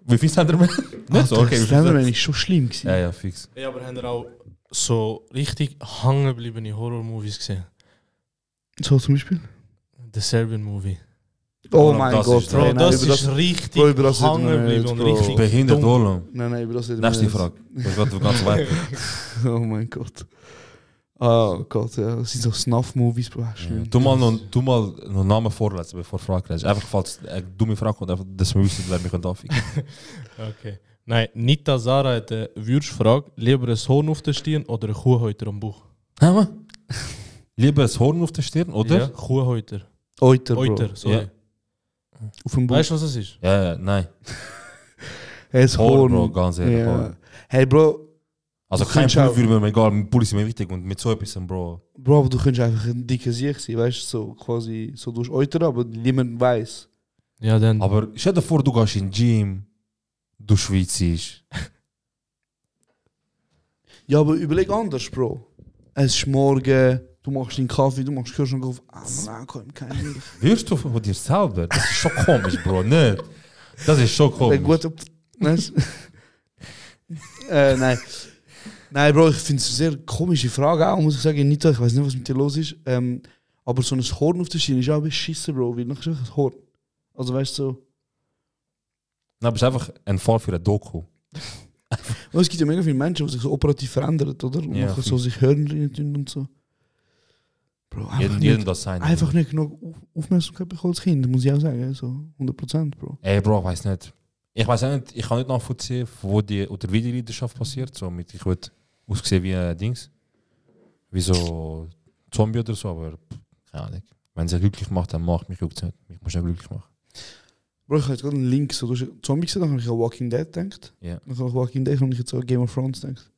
Speaker 1: wie viel Slenderman? *laughs* Nicht so, okay. wie viel
Speaker 2: Slenderman ist schon schlimm gewesen.
Speaker 1: Ja, ja, fix.
Speaker 11: Ja, aber haben wir auch so richtig hängengebliebene Horror-Movies gesehen?
Speaker 2: So zum Beispiel?
Speaker 11: The Serbian Movie.
Speaker 1: Bro,
Speaker 2: Oh mein
Speaker 1: das
Speaker 2: Gott,
Speaker 1: ist-
Speaker 11: Bro,
Speaker 1: Nein,
Speaker 2: nein,
Speaker 11: das
Speaker 2: über
Speaker 11: ist richtig
Speaker 2: Bro, über das reden wir
Speaker 11: hängengeblieben
Speaker 2: nicht,
Speaker 11: und
Speaker 2: Bro.
Speaker 11: richtig
Speaker 1: Behindert,
Speaker 11: dumm.
Speaker 1: Olam.
Speaker 2: Nein, nein, über das reden
Speaker 1: Nächste
Speaker 2: wir
Speaker 1: Frage. Ich werde ganz weit.
Speaker 2: nicht. *laughs* Oh mein Gott. Oh Gott, ja, das sind so Snuff-Movies, Bro. schlimm.
Speaker 1: Du mal noch, du mal noch Namen vorlesen, bevor du Frage lässt. Einfach, falls eine dumme Frage kommt, einfach, dass wir wissen, wer mich anficken
Speaker 11: Okay. Nein, Nita Sarah hat eine Würzfrage. Lieber ein Horn auf der Stirn oder ein Kuhhäuter am Bauch?
Speaker 1: Hä, man? Lieber ein Horn auf der Stirn,
Speaker 11: Ja,
Speaker 1: oder?
Speaker 11: Kuhhäuter.
Speaker 2: Euter, Bro.
Speaker 11: Häuter, sorry.
Speaker 1: Ja.
Speaker 2: Auf dem Buch.
Speaker 11: Weißt du, was es ist?
Speaker 1: Ja, ja, nein.
Speaker 2: Hey, das
Speaker 1: Horror,
Speaker 2: Horn.
Speaker 1: Bro, ganz ehrlich. Horror.
Speaker 2: ja. Hey, Bro,
Speaker 1: Also
Speaker 2: Du
Speaker 1: kein
Speaker 2: kannst auch-
Speaker 1: Pull würde mir egal, mit Pull ist mir wichtig und mit so etwas, Bro.
Speaker 2: Bro, aber du könntest einfach ein dicker Sieg sein, weißt du, so quasi so durch Euter, aber niemand weiß.
Speaker 11: Ja, dann.
Speaker 1: Aber stell dir vor, du gehst in den Gym, du schwitzisch.
Speaker 2: Ja, aber überleg anders, Bro. Es ist morgen, du machst den Kaffee, du machst Kirschen auf. Ah, man, komm, kein Ding.
Speaker 1: Hörst du von dir selber? Das ist schon komisch, Bro, nicht? Das ist schon
Speaker 2: Ein
Speaker 1: komisch.
Speaker 2: guter. Weißt du? *laughs* äh, nein. Nein, Bro, ich finde es eine sehr komische Frage auch, muss ich sagen. Nicht, ich weiß nicht, was mit dir los ist. Ähm, aber so ein Horn auf der Schiene ist auch beschissen, Bro, weil nachher ist einfach ein Horn. Also weißt du, so.
Speaker 1: Dann bist du einfach ein Fall für ein Doku.
Speaker 2: Weil es gibt ja mega viele Menschen, die sich so operativ verändern, oder? Und
Speaker 1: Ja,
Speaker 2: machen so sich Hörner rein tun und so. Bro, einfach
Speaker 1: Jedem,
Speaker 2: nicht.
Speaker 1: jedem das sein.
Speaker 2: einfach nicht genug Auf- Aufmerksamkeit bekommen als Kind, muss ich auch sagen. So 100%, Bro.
Speaker 1: Ey, Bro, ich weiß nicht. Ich weiß auch nicht, ich kann nicht nachvollziehen, wo die oder wie die Leidenschaft passiert. So mit, ich würde aussehen wie ein Dings. Wie so Zombie oder so, aber pff, keine Ahnung. Wenn sie glücklich macht, dann macht mich juckt's nicht. Mich muss ja glücklich machen.
Speaker 2: Bro, ich habe jetzt gerade einen Link, so durch Zombie gesehen, dann habe ich an Walking Dead gedacht.
Speaker 1: Ja.
Speaker 2: Dann habe ich an Walking Dead und ich jetzt an Game of Thrones gedacht.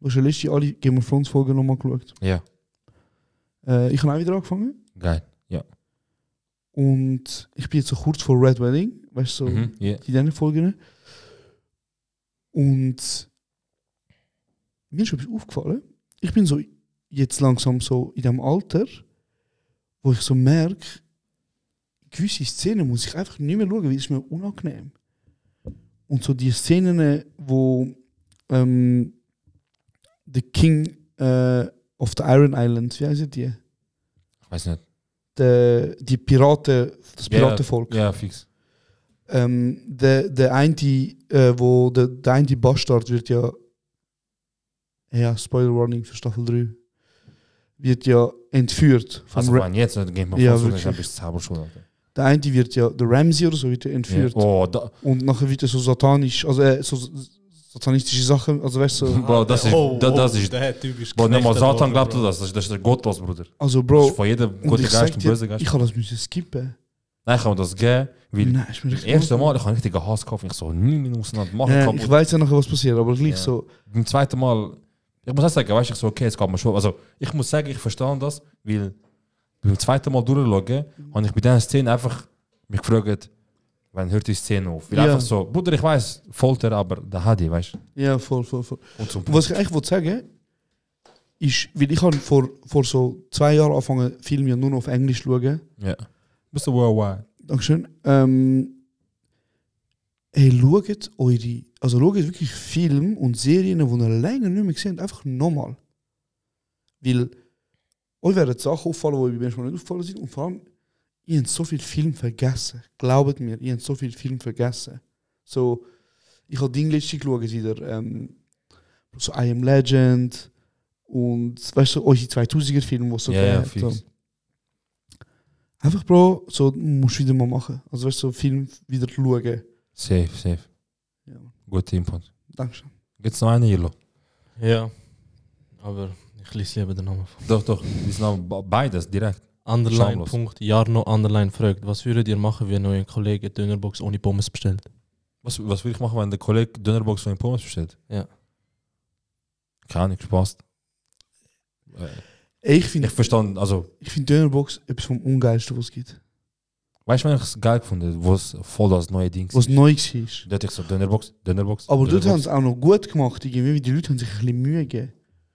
Speaker 2: Du hast ja letzte alle Game of Thrones Folgen nochmal geschaut.
Speaker 1: Ja,
Speaker 2: Äh, ich habe auch wieder angefangen
Speaker 1: geil.
Speaker 2: und ich bin jetzt so kurz vor Red Wedding, weißt du, so
Speaker 1: Mhm. Ja.
Speaker 2: die diesen Folgen. Und mir ist etwas aufgefallen. Ich bin so jetzt langsam so in dem Alter, wo ich so merke, gewisse Szenen muss ich einfach nicht mehr schauen, weil es ist mir unangenehm. Und so die Szenen, wo ähm, The King äh, of the Iron Islands, wie heißt die?
Speaker 1: Ich weiß nicht.
Speaker 2: Der- die Piraten, das Piratenvolk.
Speaker 1: Ja, fix.
Speaker 2: Ähm, der, der eine, äh, wo der, der eine Bastard wird ja. Ja, Spoiler Warning für Staffel 3. Wird ja entführt. Vom
Speaker 1: Also,
Speaker 2: Ra-
Speaker 1: wenn jetzt nicht Game of
Speaker 2: Ja,
Speaker 1: Thrones ist, dann
Speaker 2: wirklich.
Speaker 1: bist du selber schuld. Alter.
Speaker 2: der eine wird ja, der Ramsey oder so, wird ja
Speaker 1: Ja.
Speaker 2: entführt.
Speaker 1: Oh, da,
Speaker 2: Und nachher wird er so satanisch, also äh, so s- satanistische Sachen, also weißt du. So,
Speaker 1: Bro, das ist.
Speaker 11: Oh,
Speaker 1: da, das
Speaker 11: oh,
Speaker 1: ist
Speaker 11: Der Typ ist
Speaker 1: Bro, nicht mal
Speaker 11: geknechtet
Speaker 1: Satan
Speaker 11: worden,
Speaker 1: glaubt
Speaker 11: Bro.
Speaker 1: du das. Das ist, das ist der gottlos, Bruder.
Speaker 2: also,
Speaker 1: Das ist
Speaker 2: Bro,
Speaker 1: von jedem
Speaker 2: und
Speaker 1: guten
Speaker 2: ich, sag
Speaker 1: Geist und
Speaker 2: dir,
Speaker 1: bösen Geist.
Speaker 2: ich kann das müssen skippen.
Speaker 1: Nein, kann man das geben, weil
Speaker 2: Nein, ist mir
Speaker 1: Das
Speaker 2: richtig.
Speaker 1: erste
Speaker 2: unangenehm.
Speaker 1: Mal, ich habe richtig Hass gekauft, ich so nie mehr auseinander machen
Speaker 2: Ja,
Speaker 1: kann.
Speaker 2: ich weiß ja nachher, was passiert, aber gleich
Speaker 1: Ja.
Speaker 2: so.
Speaker 1: Beim zweiten Mal, ich muss auch sagen, weißt du, ich so, okay, jetzt geht mir schon. Also, ich muss sagen, ich verstehe das, weil beim zweiten Mal durchschauen,
Speaker 2: Mhm.
Speaker 1: habe ich bei diesen Szenen einfach mich gefragt, wann hört die Szene auf? Weil
Speaker 2: Ja.
Speaker 1: einfach so, Bruder, ich weiß, Folter, aber da hat die, weißt du.
Speaker 2: Ja, voll, voll, voll.
Speaker 1: Und so,
Speaker 2: Was ich eigentlich wollte sagen, ist, weil ich habe vor, vor so zwei Jahren angefangen, Filme ja nur noch auf Englisch zu schauen.
Speaker 1: ja. Bist du worldwide?
Speaker 2: Dankeschön. Ähm, hey, schaut eure, also schaut wirklich Filme und Serien, die ihr länger nicht mehr gesehen habt, einfach nochmal. Weil euch werden Sachen auffallen, die euch beim ersten Mal nicht auffallen sind und vor allem, ihr habt so viel Film vergessen. Glaubt mir, ihr habt so viel Film vergessen. So, ich habe Ding letztens geschaut, wieder, ähm, so I Am Legend und, weißt du, eure 2000er Filme, die es so
Speaker 1: Ja,
Speaker 2: gegeben
Speaker 1: ja,
Speaker 2: hat, so.
Speaker 1: fix.
Speaker 2: Einfach, Bro, so musst du wieder mal machen. Also, weißt du, so Film wieder schauen.
Speaker 1: Safe, safe.
Speaker 2: Ja.
Speaker 1: Guter Input.
Speaker 2: Dankeschön.
Speaker 1: Gibt es noch einen, Jilo?
Speaker 11: Ja. Aber Ich lese lieber den Namen vor.
Speaker 1: Doch, doch, die Namen be- beides direkt.
Speaker 11: Underline.
Speaker 1: Schamlos.
Speaker 11: Punkt, Jarno Underline fragt, was würdet ihr machen, wenn euer Kollege Dönerbox ohne Pommes bestellt?
Speaker 1: Was, was will ich machen, wenn der Kollege Dönerbox von den Pommes bestellt?
Speaker 11: Ja.
Speaker 1: Keine Ahnung, Spaß.
Speaker 2: Ey, ich finde
Speaker 1: Ich verstand, also,
Speaker 2: ich find Dönerbox etwas vom Ungeilsten, was es gibt.
Speaker 1: weißt du, wenn ich es geil gefunden was voll das neue Ding
Speaker 2: Was Neues ist.
Speaker 1: Da hätte ich so Dönerbox, Dönerbox.
Speaker 2: Aber dort
Speaker 1: Dönerbox.
Speaker 2: haben sie auch noch gut gemacht. Irgendwie. Die Leute haben sich ein bisschen Mühe gegeben.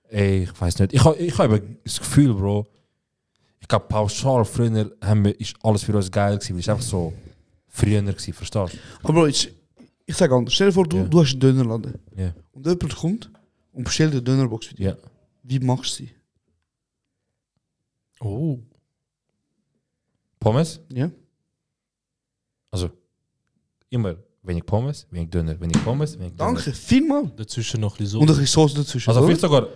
Speaker 1: Ey, ich weiß nicht. Ich habe ich hab das Gefühl, Bro, ich glaube, pauschal früher haben wir, ist alles für uns geil gewesen, weil es einfach so früher war, verstehst du?
Speaker 2: Aber Bro, ich, ich sage anders. Stell dir vor, du,
Speaker 1: Ja.
Speaker 2: du hast einen Dönerladen.
Speaker 1: Ja.
Speaker 2: Und jemand kommt und bestellt eine Dönerbox für dich.
Speaker 1: Ja.
Speaker 2: Wie machst du sie?
Speaker 11: Oh.
Speaker 1: Pommes?
Speaker 2: Ja.
Speaker 1: Also, immer wenig Pommes, wenig Döner, wenig Pommes, wenig Döner.
Speaker 2: Danke, vielmal.
Speaker 11: Dazwischen noch ein bisschen so.
Speaker 2: Und ein bisschen Soße dazwischen.
Speaker 1: Also,
Speaker 2: oder?
Speaker 1: vielleicht sogar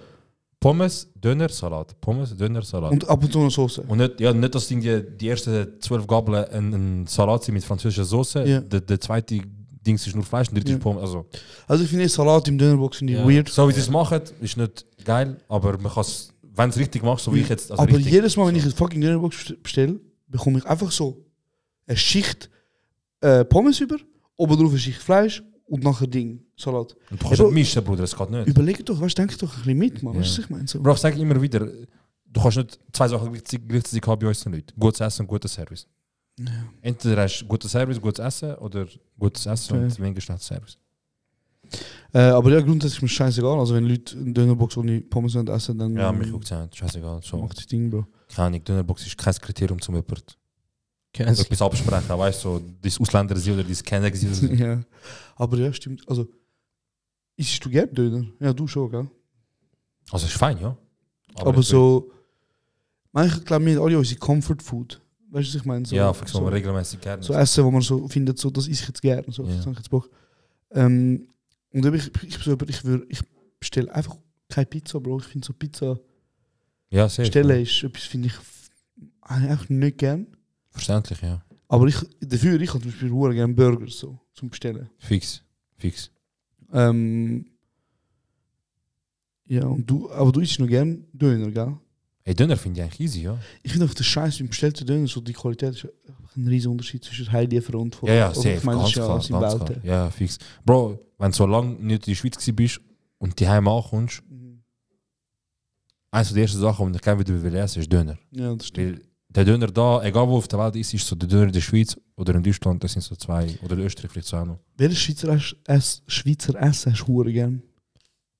Speaker 1: Pommes, Döner, Salat. Pommes, Döner, Salat.
Speaker 2: und ab und zu eine Soße.
Speaker 1: Und nicht, ja, nicht dass die, die ersten zwölf Gabeln ein, ein Salat sind mit französischer Soße,
Speaker 2: Ja.
Speaker 1: der, der zweite Ding ist nur Fleisch und der dritte
Speaker 2: Ja.
Speaker 1: ist Pommes. Also,
Speaker 2: Also ich finde Salat im Dönerbox finde ich
Speaker 11: Ja.
Speaker 2: weird.
Speaker 1: so wie sie es machen, ist nicht geil, aber man kann es, wenn es richtig machst, so wie ich jetzt. Also
Speaker 2: Aber
Speaker 1: richtig,
Speaker 2: jedes Mal, wenn
Speaker 1: so.
Speaker 2: ich eine fucking Dönerbox bestelle, bekomme ich einfach so eine Schicht äh, Pommes über, obendrauf eine Schicht Fleisch und nachher Ding, Salat.
Speaker 1: Und du kannst
Speaker 2: Ja,
Speaker 1: nicht mischen, Bruder, es geht nicht.
Speaker 2: Überlege doch, weißt du, denk doch ein bisschen mit, Mann. Weißt du, was ich meine? So.
Speaker 1: Bro, ich sage immer wieder, du kannst nicht zwei Sachen gleichzeitig gleichzeitig haben bei uns den Leuten. Gutes Essen und guter Service. Entweder hast du gutes Service, gutes Essen oder gutes Essen
Speaker 2: Ja.
Speaker 1: und weniger schlechtes Service.
Speaker 2: Äh, aber ja, grundsätzlich ist mir scheißegal. Also, wenn Leute eine Dönerbox ohne Pommes wollen essen, dann
Speaker 1: Ja, mich guckt es an, scheißegal. So.
Speaker 2: macht das eh, Ding, Bro.
Speaker 1: Keine Ahnung, Dönerbox ist kein Kriterium, um jemanden
Speaker 11: Cancel.
Speaker 1: etwas absprechen. Weißt du, so, das Ausländer sind oder das Kenner sind.
Speaker 2: *laughs* ja. Aber ja, stimmt. Also, isst du gerne Döner? Ja, du schon, gell?
Speaker 1: Also ist fein, ja.
Speaker 2: Aber, so, manche glauben mir alle unsere Comfort Food. Weißt du, was ich meine? So,
Speaker 1: ja, für so,
Speaker 2: so,
Speaker 1: regelmäßig gerne.
Speaker 2: so Essen, wo man so findet, so, das ist ich jetzt gerne. So,
Speaker 1: Genau. Ja.
Speaker 2: das habe ich jetzt Bock. Ähm, und eben, ich, ich, bin so jemand, ich, würd- ich bestelle einfach keine Pizza, Bro. Ich finde so Pizza
Speaker 1: ja, sehr.
Speaker 2: bestellen ist etwas, finde ich f- eigentlich nicht gern.
Speaker 1: Verständlich, ja.
Speaker 2: Aber ich, dafür, ich habe zum Beispiel sehr gerne Burger so, zum Bestellen.
Speaker 1: Fix. Fix.
Speaker 2: Ähm, ja, und du, aber du isst noch gern Döner, gell?
Speaker 1: Ey, Döner finde ich eigentlich easy, ja.
Speaker 2: Ich finde auch der Scheiß beim bestellten Döner, so die Qualität ist einfach ein riesen Unterschied zwischen Heiligen und von
Speaker 1: Ja, ja,
Speaker 2: also
Speaker 1: safe,
Speaker 2: ich meine,
Speaker 1: ganz
Speaker 2: das ist ja
Speaker 1: klar,
Speaker 2: alles
Speaker 1: ganz
Speaker 2: in
Speaker 1: klar.
Speaker 2: Welten.
Speaker 1: Ja, fix. Bro, wenn du so lange nicht in der Schweiz gewesen bist und die Heim ankommst,
Speaker 2: Mhm.
Speaker 1: eins der ersten Sachen, die ich gerne wieder will essen, ist Döner.
Speaker 2: Ja, das stimmt.
Speaker 1: Weil der Döner da, egal wo auf der Welt ist, ist so der Döner in der Schweiz oder in Deutschland, das sind so zwei, oder in Österreich vielleicht so auch noch.
Speaker 2: Welches Schweizer, Ess- Ess, Schweizer Essen hast du sehr gern?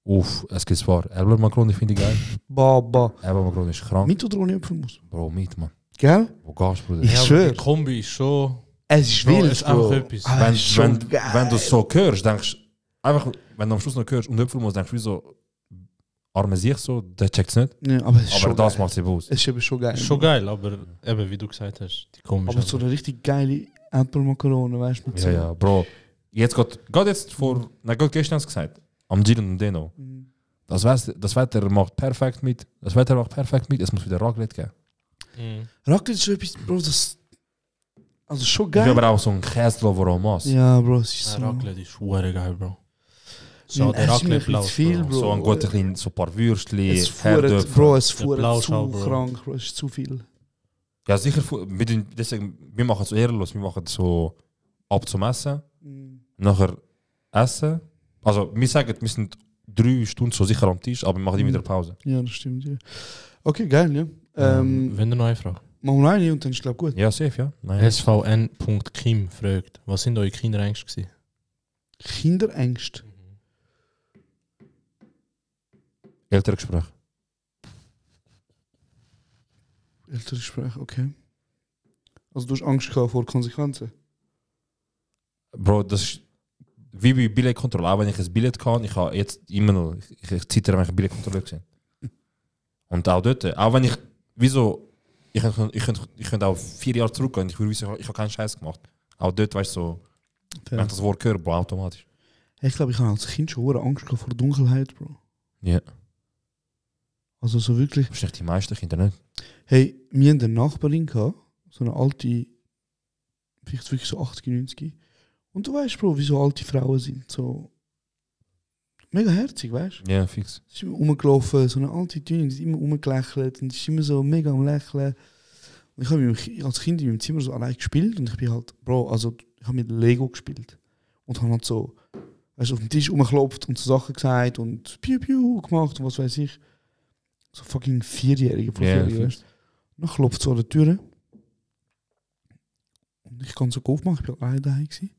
Speaker 1: Uff, es gibt zwar Elbermakrone, finde ich geil.
Speaker 2: Baba.
Speaker 1: Elbermakrone ist krank.
Speaker 2: Mit oder ohne Apfelmus?
Speaker 1: Bro, mit, man.
Speaker 2: Gell?
Speaker 1: Wo gehst du, Bruder?
Speaker 2: Ich
Speaker 11: Ja, aber
Speaker 2: schwör.
Speaker 11: Die Kombi ist schon.
Speaker 2: Es ist
Speaker 11: Bro,
Speaker 2: wild,
Speaker 11: es ist
Speaker 2: Bro.
Speaker 11: einfach etwas.
Speaker 2: Ah,
Speaker 1: wenn,
Speaker 2: es ist schon
Speaker 1: wenn,
Speaker 2: geil.
Speaker 1: wenn du es so hörst, denkst einfach, wenn du am Schluss noch hörst und Hüpfen musst, denkst du wie so, arme sich so, der checkt es nicht.
Speaker 2: Ja, aber es ist
Speaker 1: Aber
Speaker 2: schon
Speaker 1: das
Speaker 2: geil.
Speaker 1: macht sie aus.
Speaker 2: Es ist eben schon geil.
Speaker 11: Ist schon geil, aber eben, wie du gesagt hast, die
Speaker 2: Ähm.
Speaker 11: Kombi
Speaker 2: Aber
Speaker 11: ist
Speaker 2: so
Speaker 11: einfach-
Speaker 2: eine richtig geile Apfelmakarone, weißt du? mit so-
Speaker 1: Ja, ja, Bro. Jetzt geht, geht jetzt vor, na geht gestern hat's gesagt, am Giro und Deno.
Speaker 2: Mhm.
Speaker 1: Das, Wes- das Wetter macht perfekt mit, das Wetter macht perfekt mit, es muss wieder Raclette geben.
Speaker 11: Mhm.
Speaker 2: Raclette ist schon etwas, Bro, das. Also schon
Speaker 1: Ich
Speaker 2: geil.
Speaker 1: habe aber auch so ein Käslo, wo Romas.
Speaker 2: Ja, Bro, es ist
Speaker 11: Ja,
Speaker 2: so.
Speaker 11: Ah, Raclette ist schwer geil, Bro.
Speaker 2: Ja,
Speaker 11: So,
Speaker 2: es
Speaker 11: der
Speaker 2: ist mir ein
Speaker 11: Raclette
Speaker 2: bisschen
Speaker 11: blau.
Speaker 2: zu viel, Bro.
Speaker 1: So ein guter kleines, so ein paar Würstchen,
Speaker 2: Es fuhrt, Bro, es fuhrt
Speaker 11: Blauschau,
Speaker 2: zu
Speaker 11: Bro.
Speaker 2: krank, Bro, es ist zu viel.
Speaker 1: Ja, sicher, fu- wir, tun- deswegen, wir machen es so ehrenlos, wir machen so ab zum Essen. nachher essen. Also, wir sagen, wir sind drei Stunden so sicher am Tisch, aber wir machen immer wieder Pause.
Speaker 2: Ja, das stimmt, ja. Okay, geil, ja. Ähm,
Speaker 11: Ähm, Wenn du noch eine Frage.
Speaker 2: machen wir noch eine und dann ist glaube gut.
Speaker 1: Ja, safe, ja. Nein.
Speaker 11: svn.kim fragt, was sind eure Kinderängste gewesen?
Speaker 2: Kinderängst.
Speaker 1: Elterngespräch.
Speaker 2: Elterngespräch, okay. Also du hast Angst gehabt vor Konsequenzen.
Speaker 1: Bro, das ist wie bei Billetkontrolle. Auch wenn ich ein Billett kann, ich habe jetzt immer noch, ich, ich zittere, wenn ich Billetkontrolle sehe. Und auch dort, auch wenn ich, Ah, wieso, ich könnte ich könnt, ich könnt auch vier Jahre zurückgehen, ich würde wissen, ich habe- ich habe keinen Scheiß gemacht. Auch dort, weißt du, so,
Speaker 2: Ja.
Speaker 1: wenn ich das Wort höre, bro, automatisch.
Speaker 2: Ich glaube, ich habe als Kind schon hure Angst gehabt vor Dunkelheit, Bro.
Speaker 1: Ja.
Speaker 2: Also so wirklich.
Speaker 1: Wahrscheinlich die meisten Kinder ne? nicht.
Speaker 2: Hey, wir haben eine Nachbarin gehabt, so eine alte, vielleicht wirklich so 80, 90. Und du weißt, Bro, wie so alte Frauen sind. So mega herzig, weißt du?
Speaker 1: Ja, fix.
Speaker 2: Sie ist immer rumgelaufen, so eine alte Tüne, die ist immer rumgelächelt und die ist immer so mega am Lächeln. Und ich habe als Kind in meinem Zimmer so allein gespielt und ich bin halt, Bro, also ich habe mit Lego gespielt und habe halt so weißt, auf den Tisch rumgeklopft und so Sachen gesagt und piu piu gemacht und was weiß ich. So fucking Vierjährige vor
Speaker 1: Ja,
Speaker 2: yeah, Vierjährigen.
Speaker 1: fix.
Speaker 2: weißt du. Dann klopft so an der Tür. Und ich kann so aufmachen, ich bin allein daheim gewesen.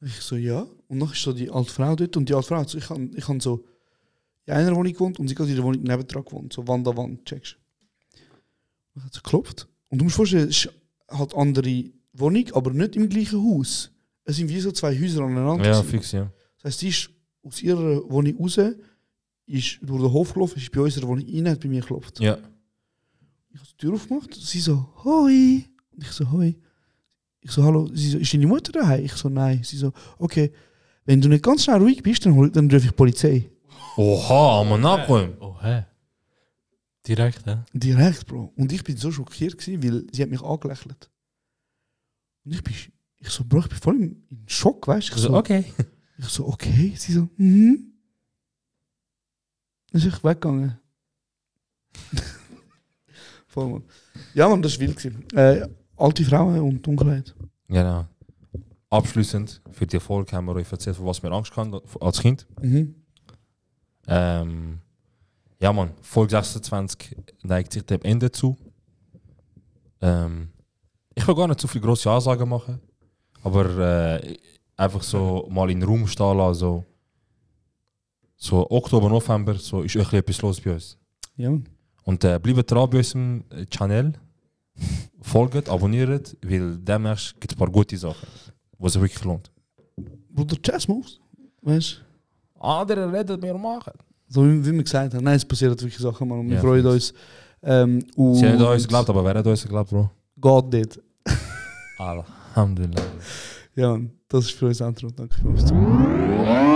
Speaker 2: Und ich so, ja. Und dann ist so die alte Frau dort und die alte Frau, hat so, ich habe ich han so in einer Wohnung gewohnt und sie hat in der Wohnung nebendran gewohnt, so Wand an Wand, checkst Und hat so geklopft. Und du musst dir vorstellen, es ist halt eine andere Wohnung, aber nicht im gleichen Haus. Es sind wie so zwei Häuser aneinander.
Speaker 1: Ja,
Speaker 2: gewesen.
Speaker 1: fix, ja.
Speaker 2: Das heisst, sie ist aus ihrer Wohnung raus, ist durch den Hof gelaufen, ist bei unserer Wohnung rein, hat bei mir geklopft.
Speaker 1: Ja.
Speaker 2: Ich habe die Tür aufgemacht, sie so, hoi. Und ich so, hoi. Ich so, hallo. Sie so, ist deine Mutter daheim? Ich so, nein. Sie so, okay. Wenn du nicht ganz schnell ruhig bist, dann, hol- dann rufe ich die Polizei.
Speaker 1: Oha, am Nachräumen.
Speaker 11: Oh, hä? Direkt, hä?
Speaker 2: Direkt, Bro. Und ich bin so schockiert, gewesen, weil sie hat mich angelächelt. Und ich bin, ich so, Bro, ich bin voll im, im Schock, weißt du? Ich
Speaker 1: So, Also, okay.
Speaker 2: Ich so, okay. Sie so, mhm. Dann ist ich weggegangen. *laughs* voll, Mann. Ja, Mann, das war wild. gewesen. Äh, alte Frauen und Dunkelheit.
Speaker 1: Genau. Abschließend für die Folge haben wir euch erzählt, von was wir Angst hatten als Kind.
Speaker 2: Mhm.
Speaker 1: Ähm, ja, Mann, Folge 26 neigt sich dem Ende zu. Ähm, ich will gar nicht zu viel grosse Ansagen machen, aber äh, einfach so mal in den Raum stehen lassen. So, so Oktober, November, so ist euch etwas los bei uns.
Speaker 2: Ja, Mann.
Speaker 1: Und äh, bleibt dran bei unserem äh, Channel. Folgt, abonniert, weil demnächst gibt es ein paar gute Sachen, die sich wirklich lohnt.
Speaker 2: Bruder, Chess Moves. Weißt du?
Speaker 1: Andere reden wir machen.
Speaker 2: So wie, wie wir gesagt haben, nein, es passieren wirklich Sachen, Mann. Und wir
Speaker 1: Ja,
Speaker 2: freuen uns. Ähm, und
Speaker 1: Sie haben nicht an uns geglaubt, aber wer hat an uns geglaubt, Bro?
Speaker 2: Gott nicht.
Speaker 1: Alhamdulillah.
Speaker 2: Ja, Mann, das ist für uns Antwort. Danke fürs Zuhören.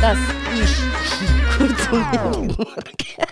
Speaker 8: Das ist Kurt und Morgen.